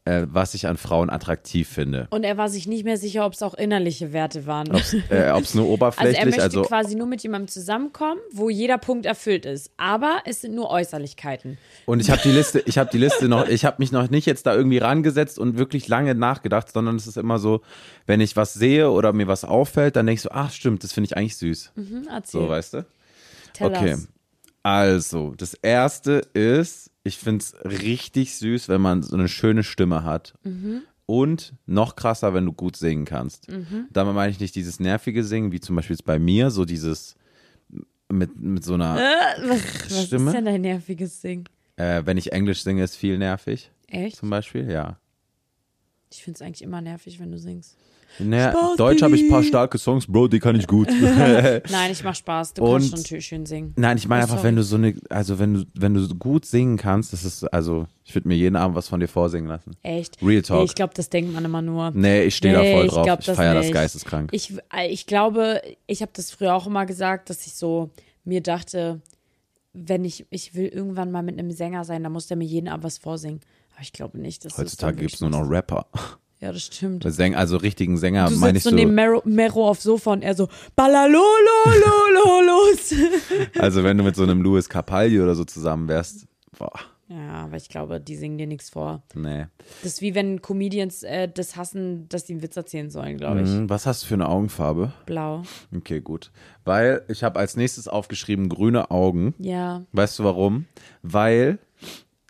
A: äh, was ich an Frauen attraktiv finde.
B: Und er war sich nicht mehr sicher, ob es auch innerliche Werte waren.
A: Äh, Ob es nur
B: (laughs) also er
A: oberflächlich,
B: möchte
A: also,
B: quasi nur mit jemandem zusammenkommen, wo jeder Punkt erfüllt ist. Aber es sind nur Äußerlichkeiten.
A: und ich habe die Liste, ich habe die Liste noch, ich habe mich noch nicht jetzt da irgendwie rangesetzt und wirklich lange nachgedacht, sondern es ist immer so, wenn ich was sehe oder mir was auffällt, dann denke ich so, ach stimmt, das finde ich eigentlich süß.
B: Hm, erzähl.
A: So, weißt du?
B: Tell
A: okay.
B: us.
A: Also, das erste ist, ich finde es richtig süß, wenn man so eine schöne Stimme hat.
B: Mhm.
A: Und noch krasser, wenn du gut singen kannst.
B: Mhm.
A: Damit meine ich nicht dieses nervige Singen, wie zum Beispiel jetzt bei mir, so dieses mit, mit so einer,
B: Äh, Was
A: Stimme?
B: ist denn dein nerviges Ding?
A: äh, wenn ich Englisch singe, ist viel nervig.
B: Echt?
A: Zum Beispiel, ja.
B: Ich finde es eigentlich immer nervig, wenn du singst.
A: Naja,
B: Spaß,
A: Ne, Deutsch habe ich ein paar
B: Baby.
A: starke Songs, Bro, die kann ich
B: (laughs)
A: gut.
B: Nein, ich mach Spaß. Du
A: Und-
B: kannst schon schön- schön singen.
A: Nein, ich meine
B: Oh,
A: einfach,
B: sorry.
A: wenn du so eine, also wenn du, wenn du so gut singen kannst, das ist, also, ich würde mir jeden Abend was von dir vorsingen lassen.
B: Echt?
A: Real Talk.
B: Nee, ich glaube, das denkt man immer nur.
A: Nee, ich stehe
B: Nee,
A: da voll
B: ich
A: drauf.
B: glaub
A: Ich,
B: das
A: feiere das
B: nicht.
A: geisteskrank.
B: Ich, äh, ich glaube, ich habe das früher auch immer gesagt, dass ich so mir dachte, wenn ich, ich will irgendwann mal mit einem Sänger sein, dann muss der mir jeden Abend was vorsingen. Aber ich glaube nicht, dass
A: Heutzutage
B: das
A: gibt es nur noch Rapper. (laughs)
B: Ja, das stimmt.
A: Säng, also richtigen Sänger
B: Du
A: meine ich
B: sitzt so
A: so.
B: neben Mero, Mero auf Sofa und er so, balalololololos.
A: Also wenn du mit so einem Louis Capaldi oder so zusammen wärst, boah,
B: (laughs) Ja, aber ich glaube, die singen dir nichts vor.
A: Nee.
B: Das ist wie wenn Comedians äh, das hassen, dass die einen Witz erzählen sollen, glaube ich.
A: Hm, Was hast du für eine Augenfarbe?
B: Blau.
A: Okay, gut. Weil ich habe als nächstes aufgeschrieben grüne Augen.
B: Ja.
A: Weißt du warum? Weil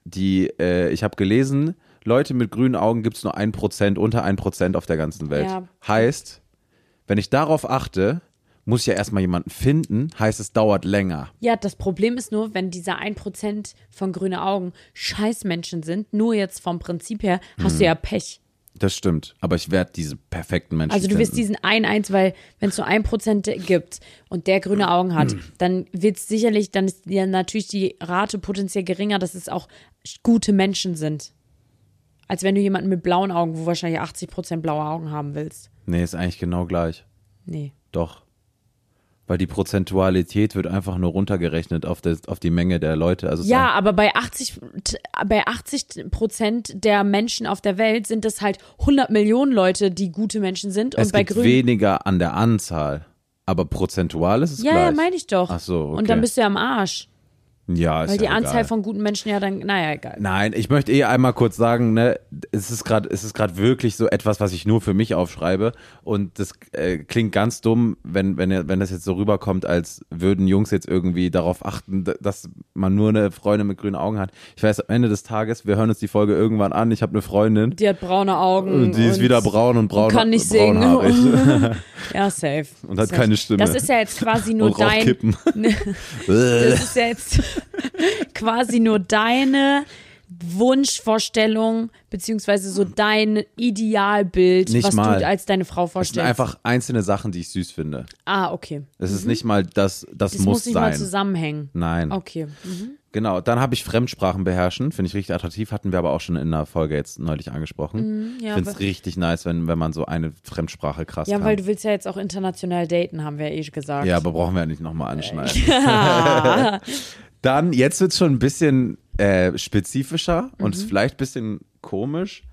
A: die, äh, ich habe gelesen, Leute mit grünen Augen gibt es nur 1%, unter 1% auf der ganzen Welt.
B: Ja.
A: Heißt, wenn ich darauf achte, muss ich ja erstmal jemanden finden, heißt es dauert länger.
B: Ja, das Problem ist nur, wenn dieser 1% von grüne Augen Scheißmenschen sind, nur jetzt vom Prinzip her, hast du ja Pech.
A: Das stimmt. Aber ich werde diese perfekten Menschen
B: Also du wirst
A: finden.
B: diesen 1-1, weil wenn es so 1% gibt und der grüne Augen hat, dann wird es sicherlich, dann ist ja natürlich die Rate potenziell geringer, dass es auch gute Menschen sind. Als wenn du jemanden mit blauen Augen, wo wahrscheinlich 80% blaue Augen haben willst.
A: Nee, ist eigentlich genau gleich.
B: Nee.
A: Doch. Weil die Prozentualität wird einfach nur runtergerechnet auf, das, auf die Menge der Leute. Also es ist
B: Ja, aber bei 80, t- bei 80 Prozent der Menschen auf der Welt sind das halt 100 Millionen Leute, die gute Menschen sind. Und
A: Es
B: bei
A: gibt
B: Grünen.
A: weniger an der Anzahl, aber prozentual ist es
B: ja,
A: gleich.
B: ja, meine ich doch.
A: Ach so, okay.
B: Und dann bist du ja am Arsch.
A: ja, ist
B: Weil die
A: ja
B: Anzahl
A: egal.
B: von guten Menschen ja dann, naja, egal.
A: Nein, ich möchte eh einmal kurz sagen, ne, es ist gerade, es ist gerade wirklich so etwas, was ich nur für mich aufschreibe und das äh, klingt ganz dumm, wenn wenn ihr- wenn das jetzt so rüberkommt, als würden Jungs jetzt irgendwie darauf achten, d- dass man nur eine Freundin mit grünen Augen hat. Ich weiß, am Ende des Tages, wir hören uns die Folge irgendwann an. Ich habe eine Freundin,
B: Die hat braune Augen.
A: und die ist wieder braun und braun,
B: kann nicht singen.
A: braunhaarig.
B: (laughs) Ja, safe.
A: (laughs) Und hat
B: Safe.
A: keine Stimme.
B: Das ist ja
A: (laughs)
B: jetzt quasi nur
A: und raucht
B: dein. (laughs)
A: Kippen. (laughs)
B: Das ist ja jetzt (laughs) quasi nur deine Wunschvorstellung, beziehungsweise so dein Idealbild,
A: Nicht
B: was
A: mal.
B: du als deine Frau
A: Das sind
B: vorstellst.
A: einfach einzelne Sachen, die ich süß finde.
B: ah, okay.
A: Es ist nicht mal das, das,
B: Das
A: muss,
B: muss nicht
A: sein. Hm.
B: mal zusammenhängen.
A: Nein.
B: Okay. Mhm.
A: Genau. Dann habe ich Fremdsprachen beherrschen. Finde ich richtig attraktiv. Hatten wir aber auch schon in einer Folge jetzt neulich angesprochen.
B: Mhm, ja,
A: ich finde es
B: aber-
A: richtig nice, wenn, wenn man so eine Fremdsprache krass
B: Ja,
A: kann.
B: weil du willst ja jetzt auch international daten, haben wir ja eh gesagt.
A: ja, aber brauchen wir ja nicht nochmal
B: Äh,
A: anschneiden. (laughs) Dann, jetzt wird es schon ein bisschen äh, spezifischer und
B: Mhm.
A: ist vielleicht ein bisschen komisch,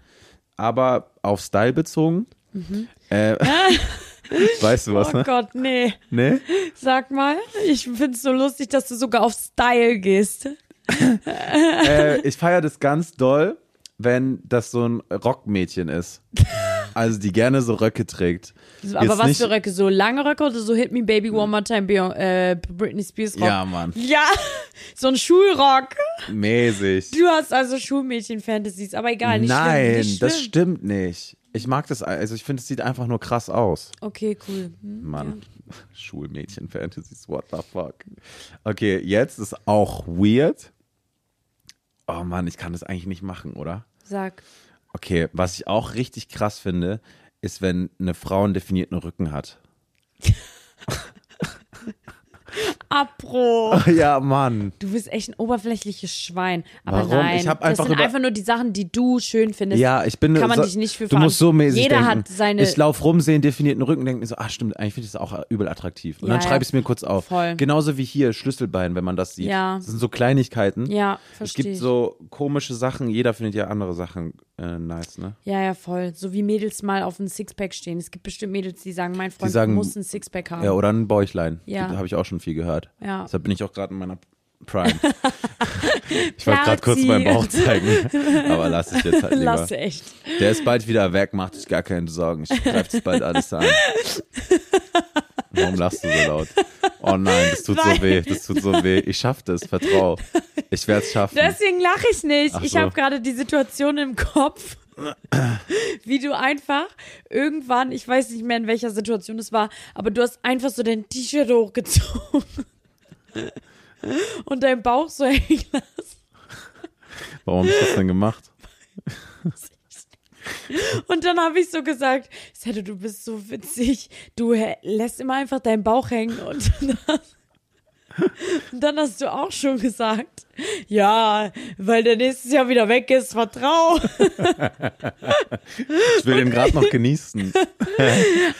A: aber auf Style bezogen.
B: Mhm. (laughs)
A: Äh, (laughs) weißt du was, (laughs)
B: Oh
A: ne?
B: Gott, nee.
A: Nee?
B: Sag mal, ich find's so lustig, dass du sogar auf Style gehst.
A: äh, ich feiere das ganz doll, wenn das so ein Rockmädchen ist. Also die gerne so Röcke trägt.
B: Aber
A: Jetzt
B: was
A: nicht-
B: für Röcke? So lange Röcke oder so Hit Me Baby One More Time Beyond, äh, Britney Spears Rock?
A: Ja, Mann.
B: Ja, (laughs) so ein Schulrock.
A: Mäßig.
B: Du hast also Schulmädchen-Fantasies, aber egal, nicht schlimm.
A: Nein,
B: nicht schlimm.
A: das stimmt nicht. Ich mag das, also ich finde, es sieht einfach nur krass aus.
B: Okay, cool. Hm.
A: Mann. (laughs) Schulmädchen Fantasies, what the fuck. Okay, jetzt ist auch weird. Oh Mann, ich kann das eigentlich nicht machen, oder?
B: Sag.
A: Okay, was ich auch richtig krass finde, ist, wenn eine Frau einen definierten Rücken hat. (laughs)
B: Apro.
A: Ja, Mann.
B: Du bist echt ein oberflächliches Schwein. Aber
A: Warum?
B: nein,
A: Ich hab
B: das
A: einfach
B: sind
A: über-
B: einfach nur die Sachen, die du schön findest.
A: Ja, ich bin
B: Kann man
A: so,
B: dich nicht für
A: Du musst so mäßig
B: Jeder
A: denken.
B: hat seine.
A: ich lauf rum, sehe einen definierten Rücken, denke mir so, ah stimmt, eigentlich finde ich das auch übel attraktiv. Und
B: Ja,
A: dann schreibe
B: ja.
A: ich es mir kurz auf.
B: Voll.
A: Genauso wie hier Schlüsselbein, wenn man das sieht.
B: Ja.
A: Das sind so Kleinigkeiten.
B: ja,
A: Es
B: verstehe.
A: gibt so komische Sachen, jeder findet ja andere Sachen äh, nice, ne?
B: ja, ja, voll. So wie Mädels mal auf ein Sixpack stehen. Es gibt bestimmt Mädels, die sagen, mein Freund
A: sagen-
B: muss ein Sixpack haben.
A: Ja, oder ein Bäuchlein.
B: Ja.
A: Habe ich auch schon viel gehört.
B: Ja.
A: Deshalb bin ich auch gerade in meiner
B: (laughs)
A: Prime. ich wollte gerade kurz
B: Klazi.
A: meinen Bauch zeigen, aber lass ich
B: (laughs)
A: jetzt halt lieber.
B: Lasse echt.
A: Der ist bald wieder weg, macht euch gar keine Sorgen. Ich greife das bald alles an. Warum lachst du so laut? Oh nein, das tut so
B: Weil-
A: weh, das tut so weh. Ich schaff das, vertrau. Ich werde es schaffen.
B: Deswegen lache ich nicht.
A: Ach
B: Ich
A: so.
B: habe gerade die Situation im
A: (coughs)
B: Kopf, wie du einfach irgendwann, ich weiß nicht mehr in welcher Situation es war, aber du hast einfach so dein
A: (coughs)
B: T-Shirt hochgezogen und deinen Bauch so hängen lassen.
A: Warum hast du das denn gemacht?
B: Und dann habe ich so gesagt, Sette, du bist so witzig. Du hä- lässt immer einfach deinen Bauch hängen. Und (laughs) dann, und dann hast du auch schon gesagt, ja, weil der nächstes Jahr wieder weg ist, vertrau.
A: Ich will den gerade noch genießen.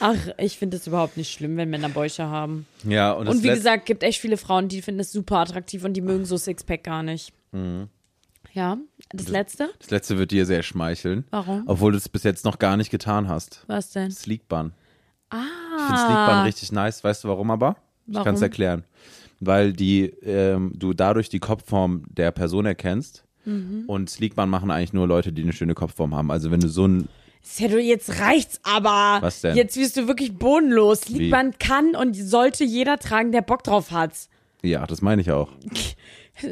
B: Ach, ich finde es überhaupt nicht schlimm, wenn Männer Bäuche haben.
A: Ja, und, das
B: und wie
A: Letz-
B: gesagt, gibt echt viele Frauen, die finden es super attraktiv und die mögen so Sixpack gar nicht. Ja, das letzte?
A: das letzte wird dir sehr schmeicheln.
B: Warum?
A: Obwohl du es bis jetzt noch gar nicht getan hast.
B: Was denn?
A: Sleekbun.
B: Ah,
A: Ich finde Sleekbun richtig nice. Weißt du warum aber? Ich kann es
B: Warum?
A: erklären. Weil die, ähm, du dadurch die Kopfform der Person erkennst
B: Mhm.
A: Und Sleekbahn machen eigentlich nur Leute, die eine schöne Kopfform haben. Also wenn du so ein
B: Sedo, jetzt reicht's aber.
A: Was denn?
B: Jetzt wirst du wirklich bodenlos.
A: Wie?
B: Liegband kann und sollte jeder tragen, der Bock drauf hat.
A: ja, das meine ich auch.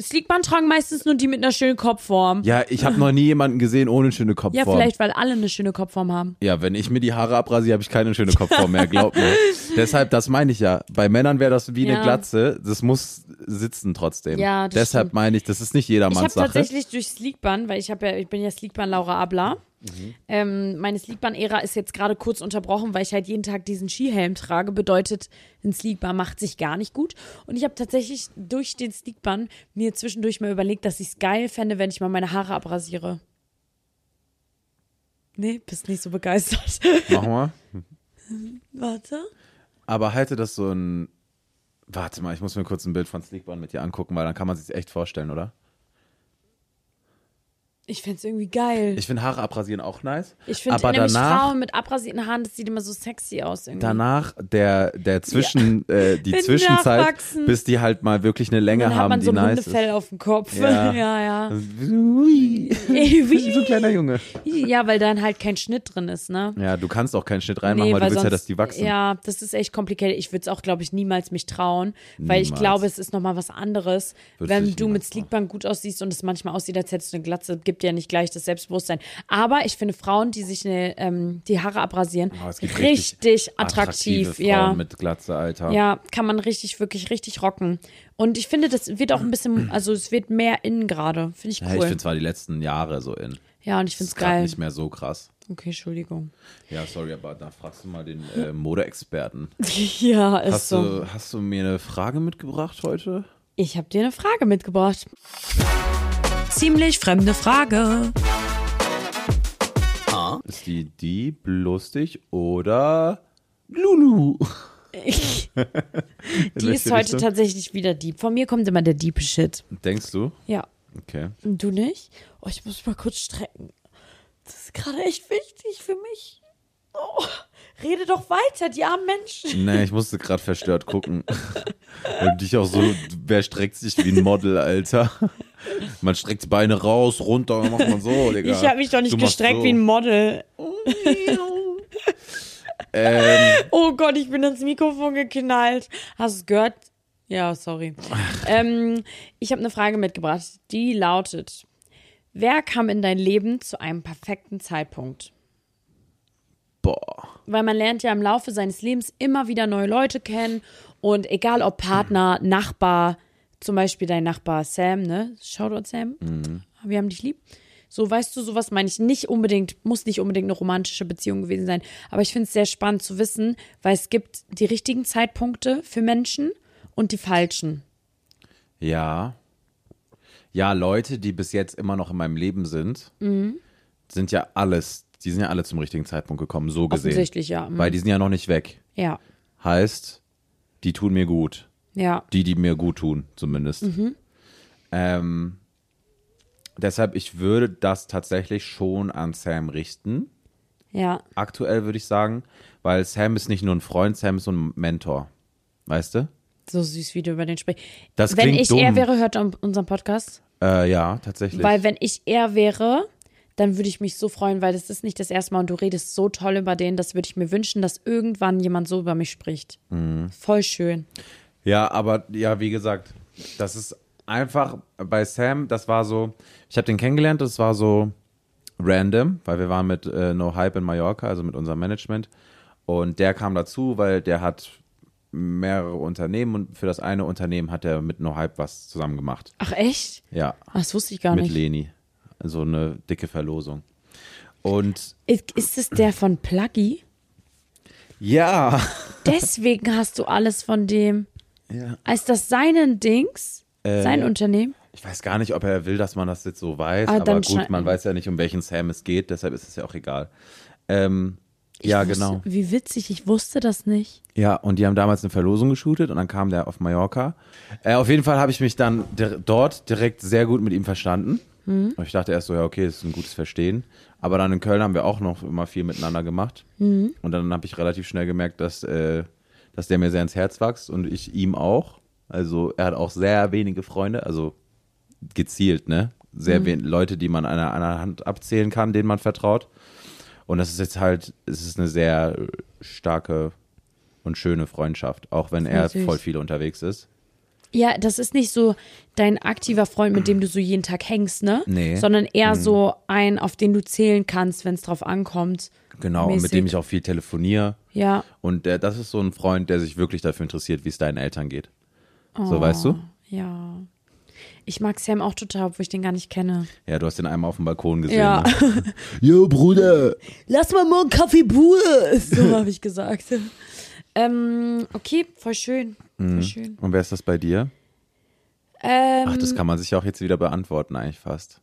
B: Sleekband tragen meistens nur die mit einer schönen Kopfform.
A: Ja, ich habe noch nie jemanden gesehen ohne schöne
B: Ja,
A: Kopfform.
B: vielleicht, weil alle eine schöne Kopfform haben.
A: Ja, wenn ich mir die Haare abrasiere, habe ich keine schöne Kopfform mehr, glaub
B: (laughs)
A: mir. Deshalb, das meine ich ja. Bei Männern wäre das wie
B: Ja.
A: eine Glatze. Das muss sitzen trotzdem.
B: Ja, das
A: Deshalb
B: stimmt.
A: meine ich, das ist nicht
B: Ich
A: jedermanns
B: habe
A: Sache.
B: tatsächlich durch Sleekband, weil ich habe ja, ich bin ja Sleekband Laura Abla.
A: Mhm.
B: Ähm, meine Sleekband-Ära ist jetzt gerade kurz unterbrochen, weil ich halt jeden Tag diesen Skihelm trage. Bedeutet, ein Sleekband macht sich gar nicht gut. Und ich habe tatsächlich durch den Sleekband mir zwischendurch mal überlegt, dass ich es geil fände, wenn ich mal meine Haare abrasiere. Nee, bist nicht so begeistert. (laughs)
A: Mach mal.
B: Warte.
A: Aber halte das so ein. Warte mal, ich muss mir kurz ein Bild von Sleekbahn mit dir angucken, weil dann kann man sich's echt vorstellen, oder?
B: Ich fände es irgendwie geil.
A: Ich finde Haare abrasieren auch nice.
B: Ich finde
A: aber
B: nämlich
A: danach,
B: Frauen mit abrasierten Haaren, das sieht immer so sexy aus irgendwie.
A: danach der, der Zwischen, äh,
B: (laughs)
A: die
B: Wenn die
A: Zwischenzeit,
B: nachwachsen.
A: bis die halt mal wirklich eine Länge
B: Dann hat
A: haben,
B: man
A: die
B: so ein
A: nice ist.
B: Hundefell auf dem Kopf.
A: Ja.
B: (laughs) ja. ja.
A: Ui. (laughs)
B: Ui.
A: so ein kleiner Junge.
B: Ja, weil dann halt kein Schnitt drin ist, ne?
A: Ja, du kannst auch keinen Schnitt reinmachen, weil, du willst ja, dass die wachsen.
B: Ja, das ist echt kompliziert. Ich würde es auch, glaube ich, niemals mich trauen, weil ich
A: Niemals.
B: glaube, es ist nochmal was anderes,
A: Würdest du
B: wenn
A: dich
B: du mit
A: niemals trauen.
B: Sleekband gut aussiehst und es manchmal aussieht, als hättest du eine Glatze, gibt dir ja nicht gleich das Selbstbewusstsein. Aber ich finde Frauen, die sich eine, ähm, die Haare abrasieren,
A: Aber Oh, es gibt
B: richtig,
A: attraktive
B: attraktiv.
A: Frauen
B: ja.
A: mit Glatze, Alter.
B: Ja, kann man richtig, wirklich richtig rocken. Und ich finde, das wird auch ein bisschen, also es wird mehr innen gerade. Finde ich
A: Ja, ich
B: cool.
A: finde zwar die letzten Jahre so in.
B: Ja, und ich
A: Das
B: finde es
A: ist grad
B: geil.
A: nicht mehr so krass.
B: Okay, Entschuldigung.
A: Ja, sorry, aber da fragst du mal den äh, Modeexperten.
B: (laughs) Ja, ist
A: Hast,
B: so.
A: du, hast du mir eine Frage mitgebracht heute?
B: Ich habe dir eine Frage mitgebracht.
C: Ziemlich fremde Frage.
A: Ist die Dieb lustig oder
B: (laughs)
A: Lulu?
B: Die ist heute tatsächlich wieder deep. Von mir kommt immer der deep Shit.
A: Denkst du?
B: Ja.
A: Okay.
B: Und du nicht? Oh, ich muss mal kurz strecken. Das ist gerade echt wichtig für mich. Oh, rede doch weiter, die armen Menschen.
A: Nee, ich musste gerade verstört
B: (laughs)
A: gucken. Und dich auch so, wer streckt sich wie ein Model, Alter? Man streckt die Beine raus, runter, macht man so, Digga.
B: (laughs) Ich habe mich doch nicht
A: Du machst
B: gestreckt
A: so. Oh,
B: wie ein Model. (laughs)
A: Ähm,
B: Oh Gott, ich bin ins Mikrofon geknallt. Hast du es gehört? Ja, sorry. Ähm, ich habe eine Frage mitgebracht. Die lautet: Wer kam in dein Leben zu einem perfekten Zeitpunkt?
A: boah.
B: weil man lernt ja im Laufe seines Lebens immer wieder neue Leute kennen und egal ob Partner, Nachbar, zum Beispiel dein Nachbar Sam, ne? Shoutout Sam,
A: Mhm.
B: wir haben dich lieb. So, weißt du, sowas meine ich nicht unbedingt, muss nicht unbedingt eine romantische Beziehung gewesen sein, aber ich finde es sehr spannend zu wissen, weil es gibt die richtigen Zeitpunkte für Menschen und die falschen.
A: Ja. Ja, Leute, die bis jetzt immer noch in meinem Leben sind,
B: Mhm.
A: sind ja alles, die sind ja alle zum richtigen Zeitpunkt gekommen, so gesehen.
B: Offensichtlich, ja. Mhm.
A: Weil die sind ja noch nicht weg.
B: Ja,
A: Heißt, die tun mir gut.
B: ja.
A: Die, die mir gut tun, zumindest.
B: Mhm.
A: Ähm, deshalb, ich würde das tatsächlich schon an Sam richten.
B: Ja,
A: Aktuell würde ich sagen, weil Sam ist nicht nur ein Freund, Sam ist so ein Mentor. Weißt du?
B: so süß, wie du über den sprichst.
A: Das
B: Wenn
A: klingt
B: ich er
A: dumm.
B: wäre, hört er unseren Podcast.
A: Äh, ja, tatsächlich.
B: Weil wenn ich er wäre, dann würde ich mich so freuen, weil das ist nicht das erste Mal und du redest so toll über den, das würde ich mir wünschen, dass irgendwann jemand so über mich spricht.
A: Mhm.
B: Voll schön.
A: Ja, aber ja, wie gesagt, das ist einfach bei Sam, das war so, ich habe den kennengelernt, das war so random, weil wir waren mit äh, No Hype in Mallorca, also mit unserem Management und der kam dazu, weil der hat mehrere Unternehmen und für das eine Unternehmen hat er mit No Hype was zusammen gemacht.
B: Ach echt?
A: Ja,
B: Ach, das wusste ich gar
A: mit
B: nicht.
A: Leni, so eine dicke Verlosung. Und
B: Ist, ist es der
A: (laughs)
B: von Pluggy?
A: ja,
B: Deswegen hast du alles von dem.
A: ja. Äh,
B: Als das seinen Dings, sein Unternehmen?
A: Ich weiß gar nicht, ob er will, dass man das jetzt so weiß,
B: Ah,
A: aber
B: dann
A: gut, man
B: schneiden.
A: weiß ja nicht, um welchen Sam es geht, deshalb ist es ja auch egal. Ähm, ja,
B: Ich wusste-
A: genau.
B: Wie witzig, ich wusste das nicht.
A: Ja, und die haben damals eine Verlosung geshootet und dann kam der auf Mallorca. Äh, auf jeden Fall habe ich mich dann dir dort direkt sehr gut mit ihm verstanden.
B: Hm.
A: Und ich dachte erst so, ja, okay, das ist ein gutes Verstehen. Aber dann in Köln haben wir auch noch immer viel miteinander gemacht.
B: Hm.
A: Und dann habe ich relativ schnell gemerkt, dass, äh, dass der mir sehr ins Herz wächst und ich ihm auch. Also er hat auch sehr wenige Freunde, also gezielt, ne?
B: Mhm.
A: sehr wen Leute, die man an einer, an einer Hand abzählen kann, denen man vertraut. Und das ist jetzt halt, es ist eine sehr äh, starke und schöne Freundschaft, auch wenn er
B: süß.
A: voll viel unterwegs ist.
B: Ja, das ist nicht so dein aktiver Freund, mit dem du so jeden Tag hängst, ne?
A: Nee. Mhm.
B: Sondern eher so ein, auf den du zählen kannst, wenn es drauf ankommt.
A: Genau, und
B: Mäßig.
A: mit dem ich auch viel telefoniere.
B: Ja,
A: Und der, das ist so ein Freund, der sich wirklich dafür interessiert, wie es deinen Eltern geht.
B: Oh.
A: So, weißt du?
B: ja. Ich mag Sam auch total, obwohl ich den gar nicht kenne.
A: Ja, du hast den einmal auf dem Balkon gesehen.
B: Ja.
A: Ne?
B: (laughs)
A: Yo, Bruder!
B: Lass mal morgen Kaffee pur! (laughs) So habe ich gesagt. ähm, okay, voll schön.
A: Mhm.
B: Voll schön.
A: Und wer ist das bei dir?
B: Ähm,
A: Ach, das kann man sich ja auch jetzt wieder beantworten, eigentlich fast.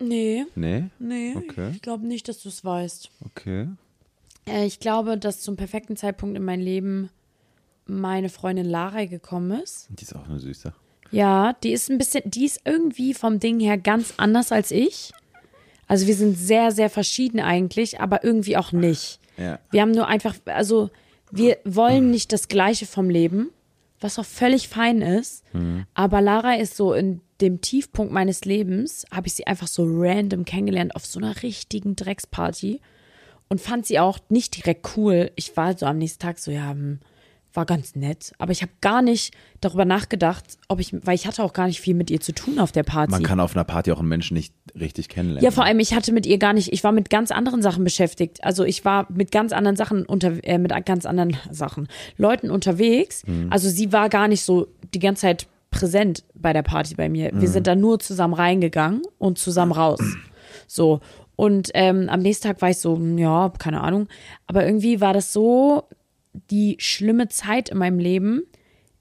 B: nee,
A: Nee?
B: nee.
A: Okay.
B: Ich glaube nicht, dass du es weißt.
A: Okay.
B: Äh, ich glaube, dass zum perfekten Zeitpunkt in mein Leben meine Freundin Lara gekommen ist.
A: Die ist auch eine Süße.
B: Ja, die ist ein bisschen, die ist irgendwie vom Ding her ganz anders als ich. Also wir sind sehr, sehr verschieden eigentlich, aber irgendwie auch nicht.
A: Ja.
B: Wir haben nur einfach, also wir wollen nicht das Gleiche vom Leben, was auch völlig fein ist.
A: Mhm.
B: Aber Lara ist so in dem Tiefpunkt meines Lebens, habe ich sie einfach so random kennengelernt auf so einer richtigen Drecksparty und fand sie auch nicht direkt cool. Ich war so am nächsten Tag so, ja, hm, war ganz nett. Aber ich habe gar nicht darüber nachgedacht, ob ich, weil ich hatte auch gar nicht viel mit ihr zu tun auf der Party.
A: Man kann auf einer Party auch einen Menschen nicht richtig kennenlernen.
B: Ja, vor allem, ich hatte mit ihr gar nicht, ich war mit ganz anderen Sachen beschäftigt. Also ich war mit ganz anderen Sachen unter, äh, mit ganz anderen Sachen, Leuten unterwegs. Also sie war gar nicht so die ganze Zeit präsent bei der Party bei mir. Wir sind da nur zusammen reingegangen und zusammen raus. So. Und ähm, am nächsten Tag war ich so, hm, ja, keine Ahnung. Aber irgendwie war das so die schlimme Zeit in meinem Leben,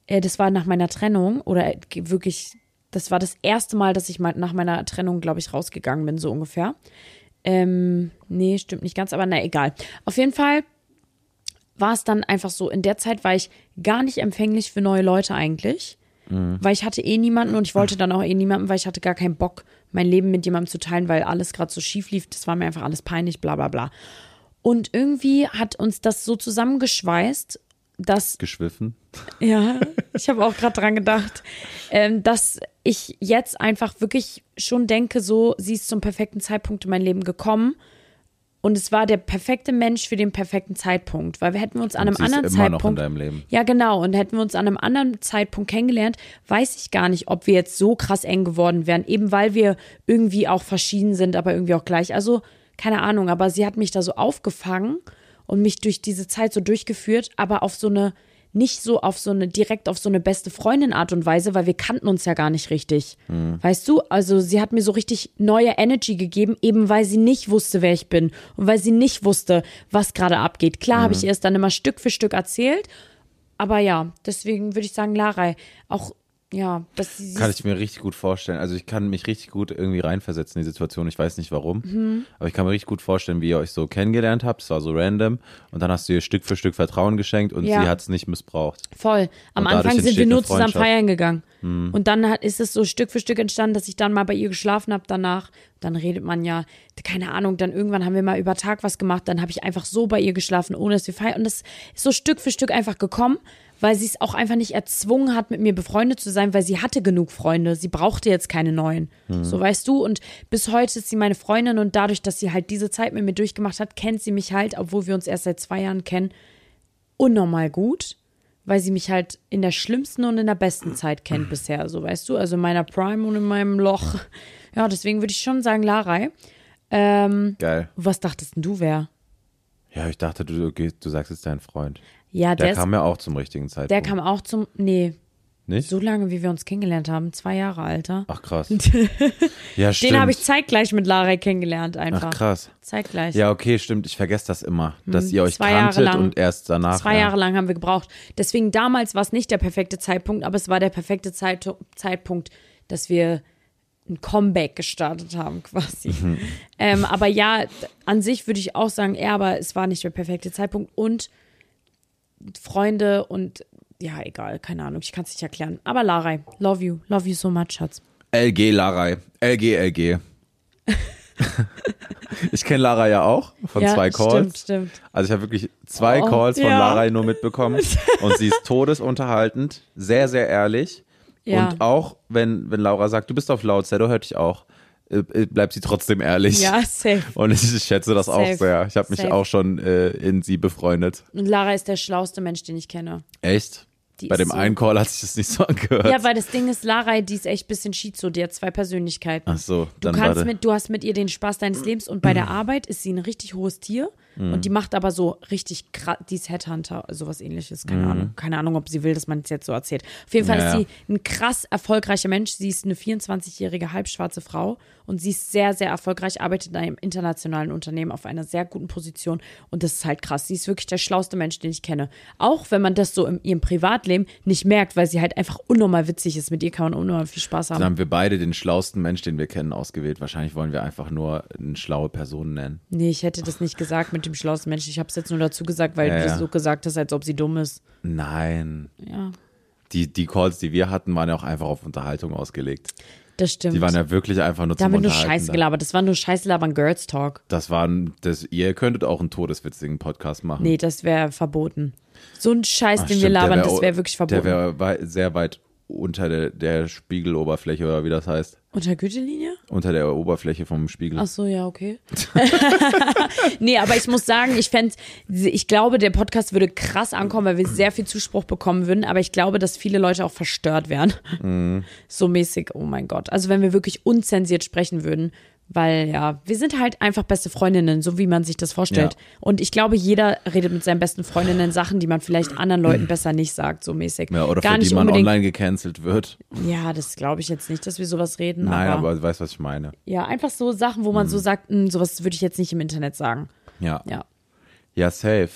B: äh, das war nach meiner Trennung oder äh, ge- wirklich, das war das erste Mal, dass ich mal nach meiner Trennung, glaube ich, rausgegangen bin, so ungefähr. Ähm, nee, stimmt nicht ganz, aber na egal. Auf jeden Fall war es dann einfach so, in der Zeit war ich gar nicht empfänglich für neue Leute eigentlich, weil ich hatte eh niemanden und ich wollte dann auch eh niemanden, weil ich hatte gar keinen Bock, mein Leben mit jemandem zu teilen, weil alles gerade so schief lief, das war mir einfach alles peinlich, bla bla bla. Und irgendwie hat uns das so zusammengeschweißt, dass
A: Geschwiffen.
B: ja, ich habe auch gerade dran gedacht, ähm, dass ich jetzt einfach wirklich schon denke, so, sie ist zum perfekten Zeitpunkt in mein Leben gekommen. Und es war der perfekte Mensch für den perfekten Zeitpunkt, weil wir hätten wir uns an einem
A: sie ist
B: anderen
A: immer noch in
B: Zeitpunkt.
A: deinem Leben.
B: Ja, genau. Und hätten wir uns an einem anderen Zeitpunkt kennengelernt, weiß ich gar nicht, ob wir jetzt so krass eng geworden wären, eben weil wir irgendwie auch verschieden sind, aber irgendwie auch gleich. Also, keine Ahnung, aber sie hat mich da so aufgefangen und mich durch diese Zeit so durchgeführt, aber auf so eine, nicht so auf so eine, direkt auf so eine beste Freundin Art und Weise, weil wir kannten uns ja gar nicht richtig. Weißt du? Also, sie hat mir so richtig neue Energy gegeben, eben weil sie nicht wusste, wer ich bin und weil sie nicht wusste, was gerade abgeht. Klar habe ich ihr es dann immer Stück für Stück erzählt aber ja, deswegen würde ich sagen, Larei, auch, ja, dass sie.
A: Kann ich mir richtig gut vorstellen. Also ich kann mich richtig gut irgendwie reinversetzen in die Situation. Ich weiß nicht warum.
B: Mhm.
A: Aber ich kann mir richtig gut vorstellen, wie ihr euch so kennengelernt habt. Es war so random. Und dann hast du ihr Stück für Stück Vertrauen geschenkt und
B: Ja.
A: sie hat es nicht missbraucht.
B: voll. Am
A: Und dadurch
B: Anfang sind wir
A: entsteht
B: nur
A: eine
B: zusammen
A: Freundschaft. Hm.
B: feiern gegangen. Und dann hat, ist es so Stück für Stück entstanden, dass ich dann mal bei ihr geschlafen habe danach. Dann redet man ja, keine Ahnung, dann irgendwann haben wir mal über Tag was gemacht. Dann habe ich einfach so bei ihr geschlafen, ohne dass wir feiern. Und das ist so Stück für Stück einfach gekommen, weil sie es auch einfach nicht erzwungen hat, mit mir befreundet zu sein, weil sie hatte genug Freunde. Sie brauchte jetzt keine neuen.
A: Hm.
B: So weißt du. Und bis heute ist sie meine Freundin. Und dadurch, dass sie halt diese Zeit mit mir durchgemacht hat, kennt sie mich halt, obwohl wir uns erst seit zwei Jahren kennen. unnormal gut, weil sie mich halt in der schlimmsten und in der besten Zeit kennt bisher, so weißt du, also in meiner Prime und in meinem Loch. Ja, deswegen würde ich schon sagen, Larei. Ähm,
A: Geil.
B: was dachtest denn du wer?
A: Ja, ich dachte, du, gehst- du sagst jetzt deinen Freund.
B: Ja,
A: Der,
B: der,
A: kam
B: ist,
A: ja auch zum richtigen Zeitpunkt.
B: der kam auch zum nee,
A: Nicht?
B: so lange wie wir uns kennengelernt haben, zwei Jahre Alter.
A: Ach
B: (laughs)
A: krass. ja, stimmt.
B: Den habe ich zeitgleich mit Larei kennengelernt einfach.
A: Ach krass.
B: Zeitgleich.
A: Ja, okay, stimmt. Ich vergesse das immer, dass ihr euch
B: Mhm. zwei Jahre
A: kanntet
B: lang.
A: und erst danach.
B: Zwei
A: ja.
B: Jahre lang haben wir gebraucht. Deswegen damals war es nicht der perfekte Zeitpunkt, aber es war der perfekte Zeit, Zeitpunkt, dass wir ein Comeback gestartet haben, (laughs) quasi. ähm, aber ja, d- an sich würde ich auch sagen, ja, aber es war nicht der perfekte Zeitpunkt und Freunde und ja, egal, keine Ahnung, ich kann es nicht erklären. Aber Larei, love you, love you so much, Schatz.
A: LG Larei. LG, LG. (laughs) ich kenne Lara ja auch von
B: ja,
A: zwei
B: Stimmt,
A: Calls.
B: stimmt.
A: Also ich habe wirklich zwei
B: Oh,
A: Calls von
B: ja.
A: Lara nur mitbekommen
B: (laughs)
A: und sie ist todesunterhaltend, sehr, sehr ehrlich.
B: Ja.
A: Und auch wenn, wenn Laura sagt, du bist auf Lautstärke, hört dich auch. äh, bleibt sie trotzdem ehrlich.
B: Ja, safe.
A: Und ich schätze das auch
B: Safe.
A: sehr. Ich habe mich
B: Safe.
A: auch schon äh, in sie befreundet.
B: Und Lara ist der schlauste Mensch, den ich kenne.
A: Echt?
B: Die
A: Bei
B: ist
A: dem
B: so-
A: einen Call hat sich das nicht so angehört.
B: Ja, weil das Ding ist, Lara, die ist echt ein bisschen schizo, die hat zwei Persönlichkeiten.
A: Ach so,
B: Du,
A: dann
B: kannst
A: warte.
B: mit, du hast mit ihr den Spaß deines Lebens und bei der Arbeit ist sie ein richtig hohes Tier und die macht aber so richtig krass, die ist Headhunter, sowas ähnliches, keine Ahnung. Keine Ahnung, ob sie will, dass man es jetzt so erzählt. Auf jeden Fall
A: Mhm. Ja,
B: ist
A: ja.
B: sie ein krass erfolgreicher Mensch. Sie ist eine 24-jährige halbschwarze Frau und sie ist sehr, sehr erfolgreich, arbeitet in einem internationalen Unternehmen auf einer sehr guten Position und das ist halt krass. Sie ist wirklich der schlauste Mensch, den ich kenne. Auch wenn man das so in ihrem Privatleben nicht merkt, weil sie halt einfach unnormal witzig ist. Mit ihr kann man unnormal viel Spaß
A: Dann
B: haben.
A: haben wir beide den schlausten Mensch, den wir kennen, ausgewählt. Wahrscheinlich wollen wir einfach nur eine schlaue Person nennen.
B: Nee, ich hätte das nicht gesagt mit dem schlauesten Menschen. Ich habe es jetzt nur dazu gesagt, weil
A: Ja,
B: du
A: ja.
B: so gesagt hast, als ob sie dumm ist.
A: Nein.
B: Ja,
A: Die, die Calls, die wir hatten, waren ja auch einfach auf Unterhaltung ausgelegt.
B: das stimmt.
A: Die waren ja wirklich einfach nur
B: da
A: zum
B: haben wir nur
A: Unterhalten.
B: Scheiße
A: da.
B: gelabert. Das war nur Scheiße labern Girls Talk.
A: Das waren, das, ihr könntet auch einen todeswitzigen Podcast machen.
B: Nee, das wäre verboten. So ein Scheiß,
A: Hm. Ach,
B: den wir
A: stimmt, der
B: labern,
A: wär
B: das
A: o-
B: wäre wirklich verboten.
A: Der wäre wei- sehr weit unter der, der Spiegeloberfläche oder wie das heißt.
B: Unter Gürtellinie?
A: Unter der Oberfläche vom Spiegel.
B: Ach so, ja, okay. (laughs) nee, aber ich muss sagen, ich fände, ich glaube, der Podcast würde krass ankommen, weil wir sehr viel Zuspruch bekommen würden, aber ich glaube, dass viele Leute auch verstört wären.
A: Mhm.
B: So mäßig, oh mein Gott. Also wenn wir wirklich unzensiert sprechen würden, weil ja, wir sind halt einfach beste Freundinnen, so wie man sich das vorstellt.
A: Ja.
B: Und ich glaube, jeder redet mit seinen besten Freundinnen Sachen, die man vielleicht
A: (clears throat)
B: anderen Leuten besser nicht sagt, so mäßig.
A: ja, oder
B: Gar
A: für
B: nicht
A: die man
B: unbedingt.
A: online gecancelt wird.
B: Ja, das glaube ich jetzt nicht, dass wir sowas reden.
A: Nein, aber du weißt, was ich meine.
B: ja, einfach so Sachen, wo man
A: Mhm.
B: so sagt, "Hm, sowas würde ich jetzt nicht im Internet sagen.
A: Ja.
B: Ja.
A: Ja, safe.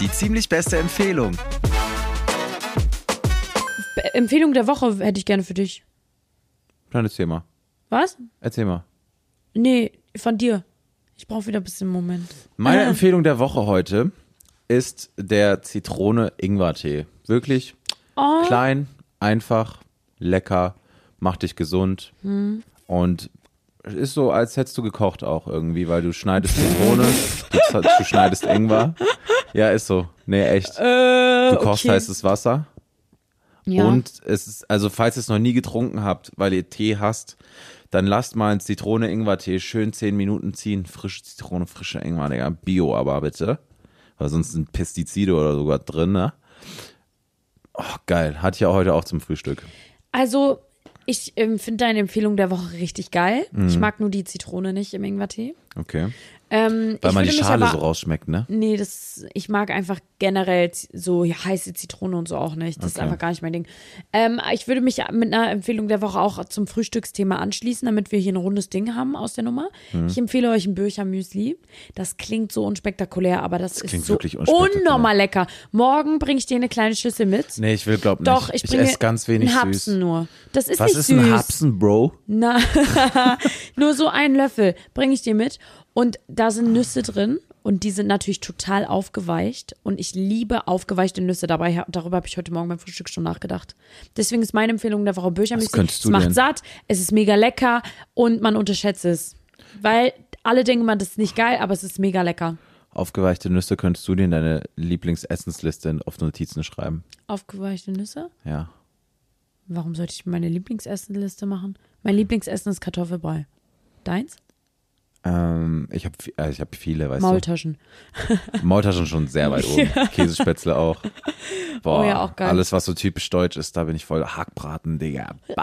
D: Die ziemlich beste Empfehlung.
B: Be- äh, Empfehlung der Woche hätte ich gerne für dich.
A: Kleines Thema.
B: Was?
A: Erzähl mal.
B: Nee, von dir. Ich brauche wieder ein bisschen Moment.
A: Meine Empfehlung der Woche heute ist der Zitrone-Ingwer-Tee. Wirklich klein, einfach, lecker, macht dich gesund
B: Hm.
A: und es ist so, als hättest du gekocht auch irgendwie, weil du schneidest Zitrone, du, z- du schneidest Ingwer. Ja, ist so. Nee, echt. du kochst
B: Äh, okay.
A: heißes Wasser
B: Ja.
A: und es ist, also falls ihr es noch nie getrunken habt, weil ihr Tee hasst, dann lasst mal einen Zitrone-Ingwer-Tee schön 10 Minuten ziehen. Frische Zitrone, frischer Ingwer, Digga. Bio aber bitte. Weil sonst sind Pestizide oder sogar drin, ne? Oh, geil. Hatte ich ja heute auch zum Frühstück.
B: Also, ich ähm, finde deine Empfehlung der Woche richtig geil. Ich
A: Mhm.
B: mag nur die Zitrone nicht im Ingwertee.
A: Okay.
B: Ähm,
A: Weil
B: ich
A: man die
B: würde mich
A: Schale
B: aber,
A: so rausschmeckt, ne?
B: Nee, das, ich mag einfach generell z- so heiße Zitrone und so auch nicht. Das ist einfach gar nicht mein Ding. Ähm, ich würde mich mit einer Empfehlung der Woche auch zum Frühstücksthema anschließen, damit wir hier ein rundes Ding haben aus der Nummer.
A: Mhm.
B: Ich empfehle euch ein Bircher Müsli. Das klingt so unspektakulär, aber das,
A: klingt
B: ist so
A: wirklich unspektakulär.
B: unnormal lecker. Morgen bringe ich dir eine kleine Schüssel mit.
A: Nee, ich will glaub nicht.
B: Doch, ich
A: ich
B: bringe
A: esse ganz wenig
B: einen Hapsen
A: süß.
B: nur. Das ist
A: Was
B: nicht
A: ist
B: süß.
A: ein Hapsen, Bro?
B: Na, (laughs) nur so einen Löffel bringe ich dir mit. Und da sind Nüsse drin und die sind natürlich total aufgeweicht. Und ich liebe aufgeweichte Nüsse. Dabei, darüber habe ich heute Morgen beim Frühstück schon nachgedacht. Deswegen ist meine Empfehlung der Frau Bücher.
A: könntest
B: Es
A: du
B: macht
A: denn?
B: satt, es ist mega lecker und man unterschätzt es. Weil alle denken, man, das ist nicht geil, aber es ist mega lecker.
A: Aufgeweichte Nüsse könntest du dir in deine Lieblingsessensliste auf Notizen schreiben.
B: Aufgeweichte Nüsse?
A: Ja.
B: Warum sollte ich meine Lieblingsessenliste machen? Mein Lieblingsessen ist Kartoffelbrei. Deins?
A: Ähm, ich habe also ich hab viele, weißt du.
B: Maultaschen.
A: Maultaschen schon sehr
B: (laughs)
A: weit oben. Käsespätzle auch. Boah,
B: Oh ja, auch geil.
A: alles, was so typisch deutsch ist, da bin ich voll Hackbraten, Digga.
B: Äh,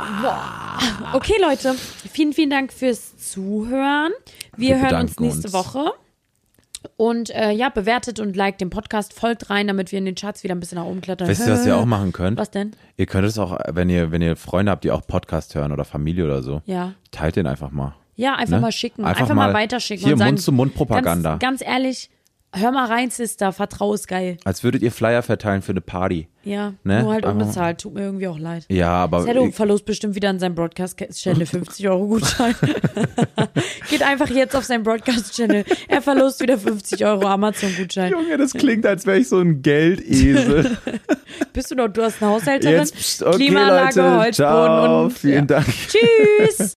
B: Okay, Leute, vielen, vielen Dank fürs Zuhören.
A: Wir
B: Wir, hören uns
A: bedanken
B: nächste
A: uns.
B: Woche. Und äh, ja, bewertet und liked den Podcast, folgt rein, damit wir in den Charts wieder ein bisschen nach oben klettern.
A: Wisst ihr, was ihr auch machen könnt?
B: (laughs) Was denn?
A: Ihr könnt es auch, wenn ihr, wenn ihr Freunde habt, die auch Podcast hören oder Familie oder so,
B: Ja.
A: teilt den einfach mal.
B: Ja, einfach
A: Ne?
B: mal schicken. Einfach,
A: Einfach
B: mal,
A: mal
B: weiterschicken.
A: hier
B: und sagen,
A: Mund-zu-Mund-Propaganda.
B: Ganz, ganz ehrlich, hör mal rein, Sister, vertrau ist geil.
A: Als würdet ihr Flyer verteilen für eine Party.
B: Ja,
A: Ne?
B: nur halt
A: Einfach mal-
B: unbezahlt. Tut mir irgendwie auch leid.
A: Ja, aber
B: Sedo
A: ihr,
B: verlost bestimmt wieder an
A: (laughs)
B: seinem Broadcast-Channel 50 Euro Gutschein. (laughs) Geht einfach jetzt auf seinen Broadcast-Channel. Er verlost wieder 50 Euro Amazon-Gutschein.
A: Junge, das klingt, als wäre ich so ein
B: (laughs)
A: Geldesel.
B: Bist du doch, du hast eine Haushälterin.
A: Jetzt, pst, okay,
B: Klimaanlage,
A: Leute,
B: Holzboden
A: ciao,
B: und
A: vielen Dank.
B: tschüss.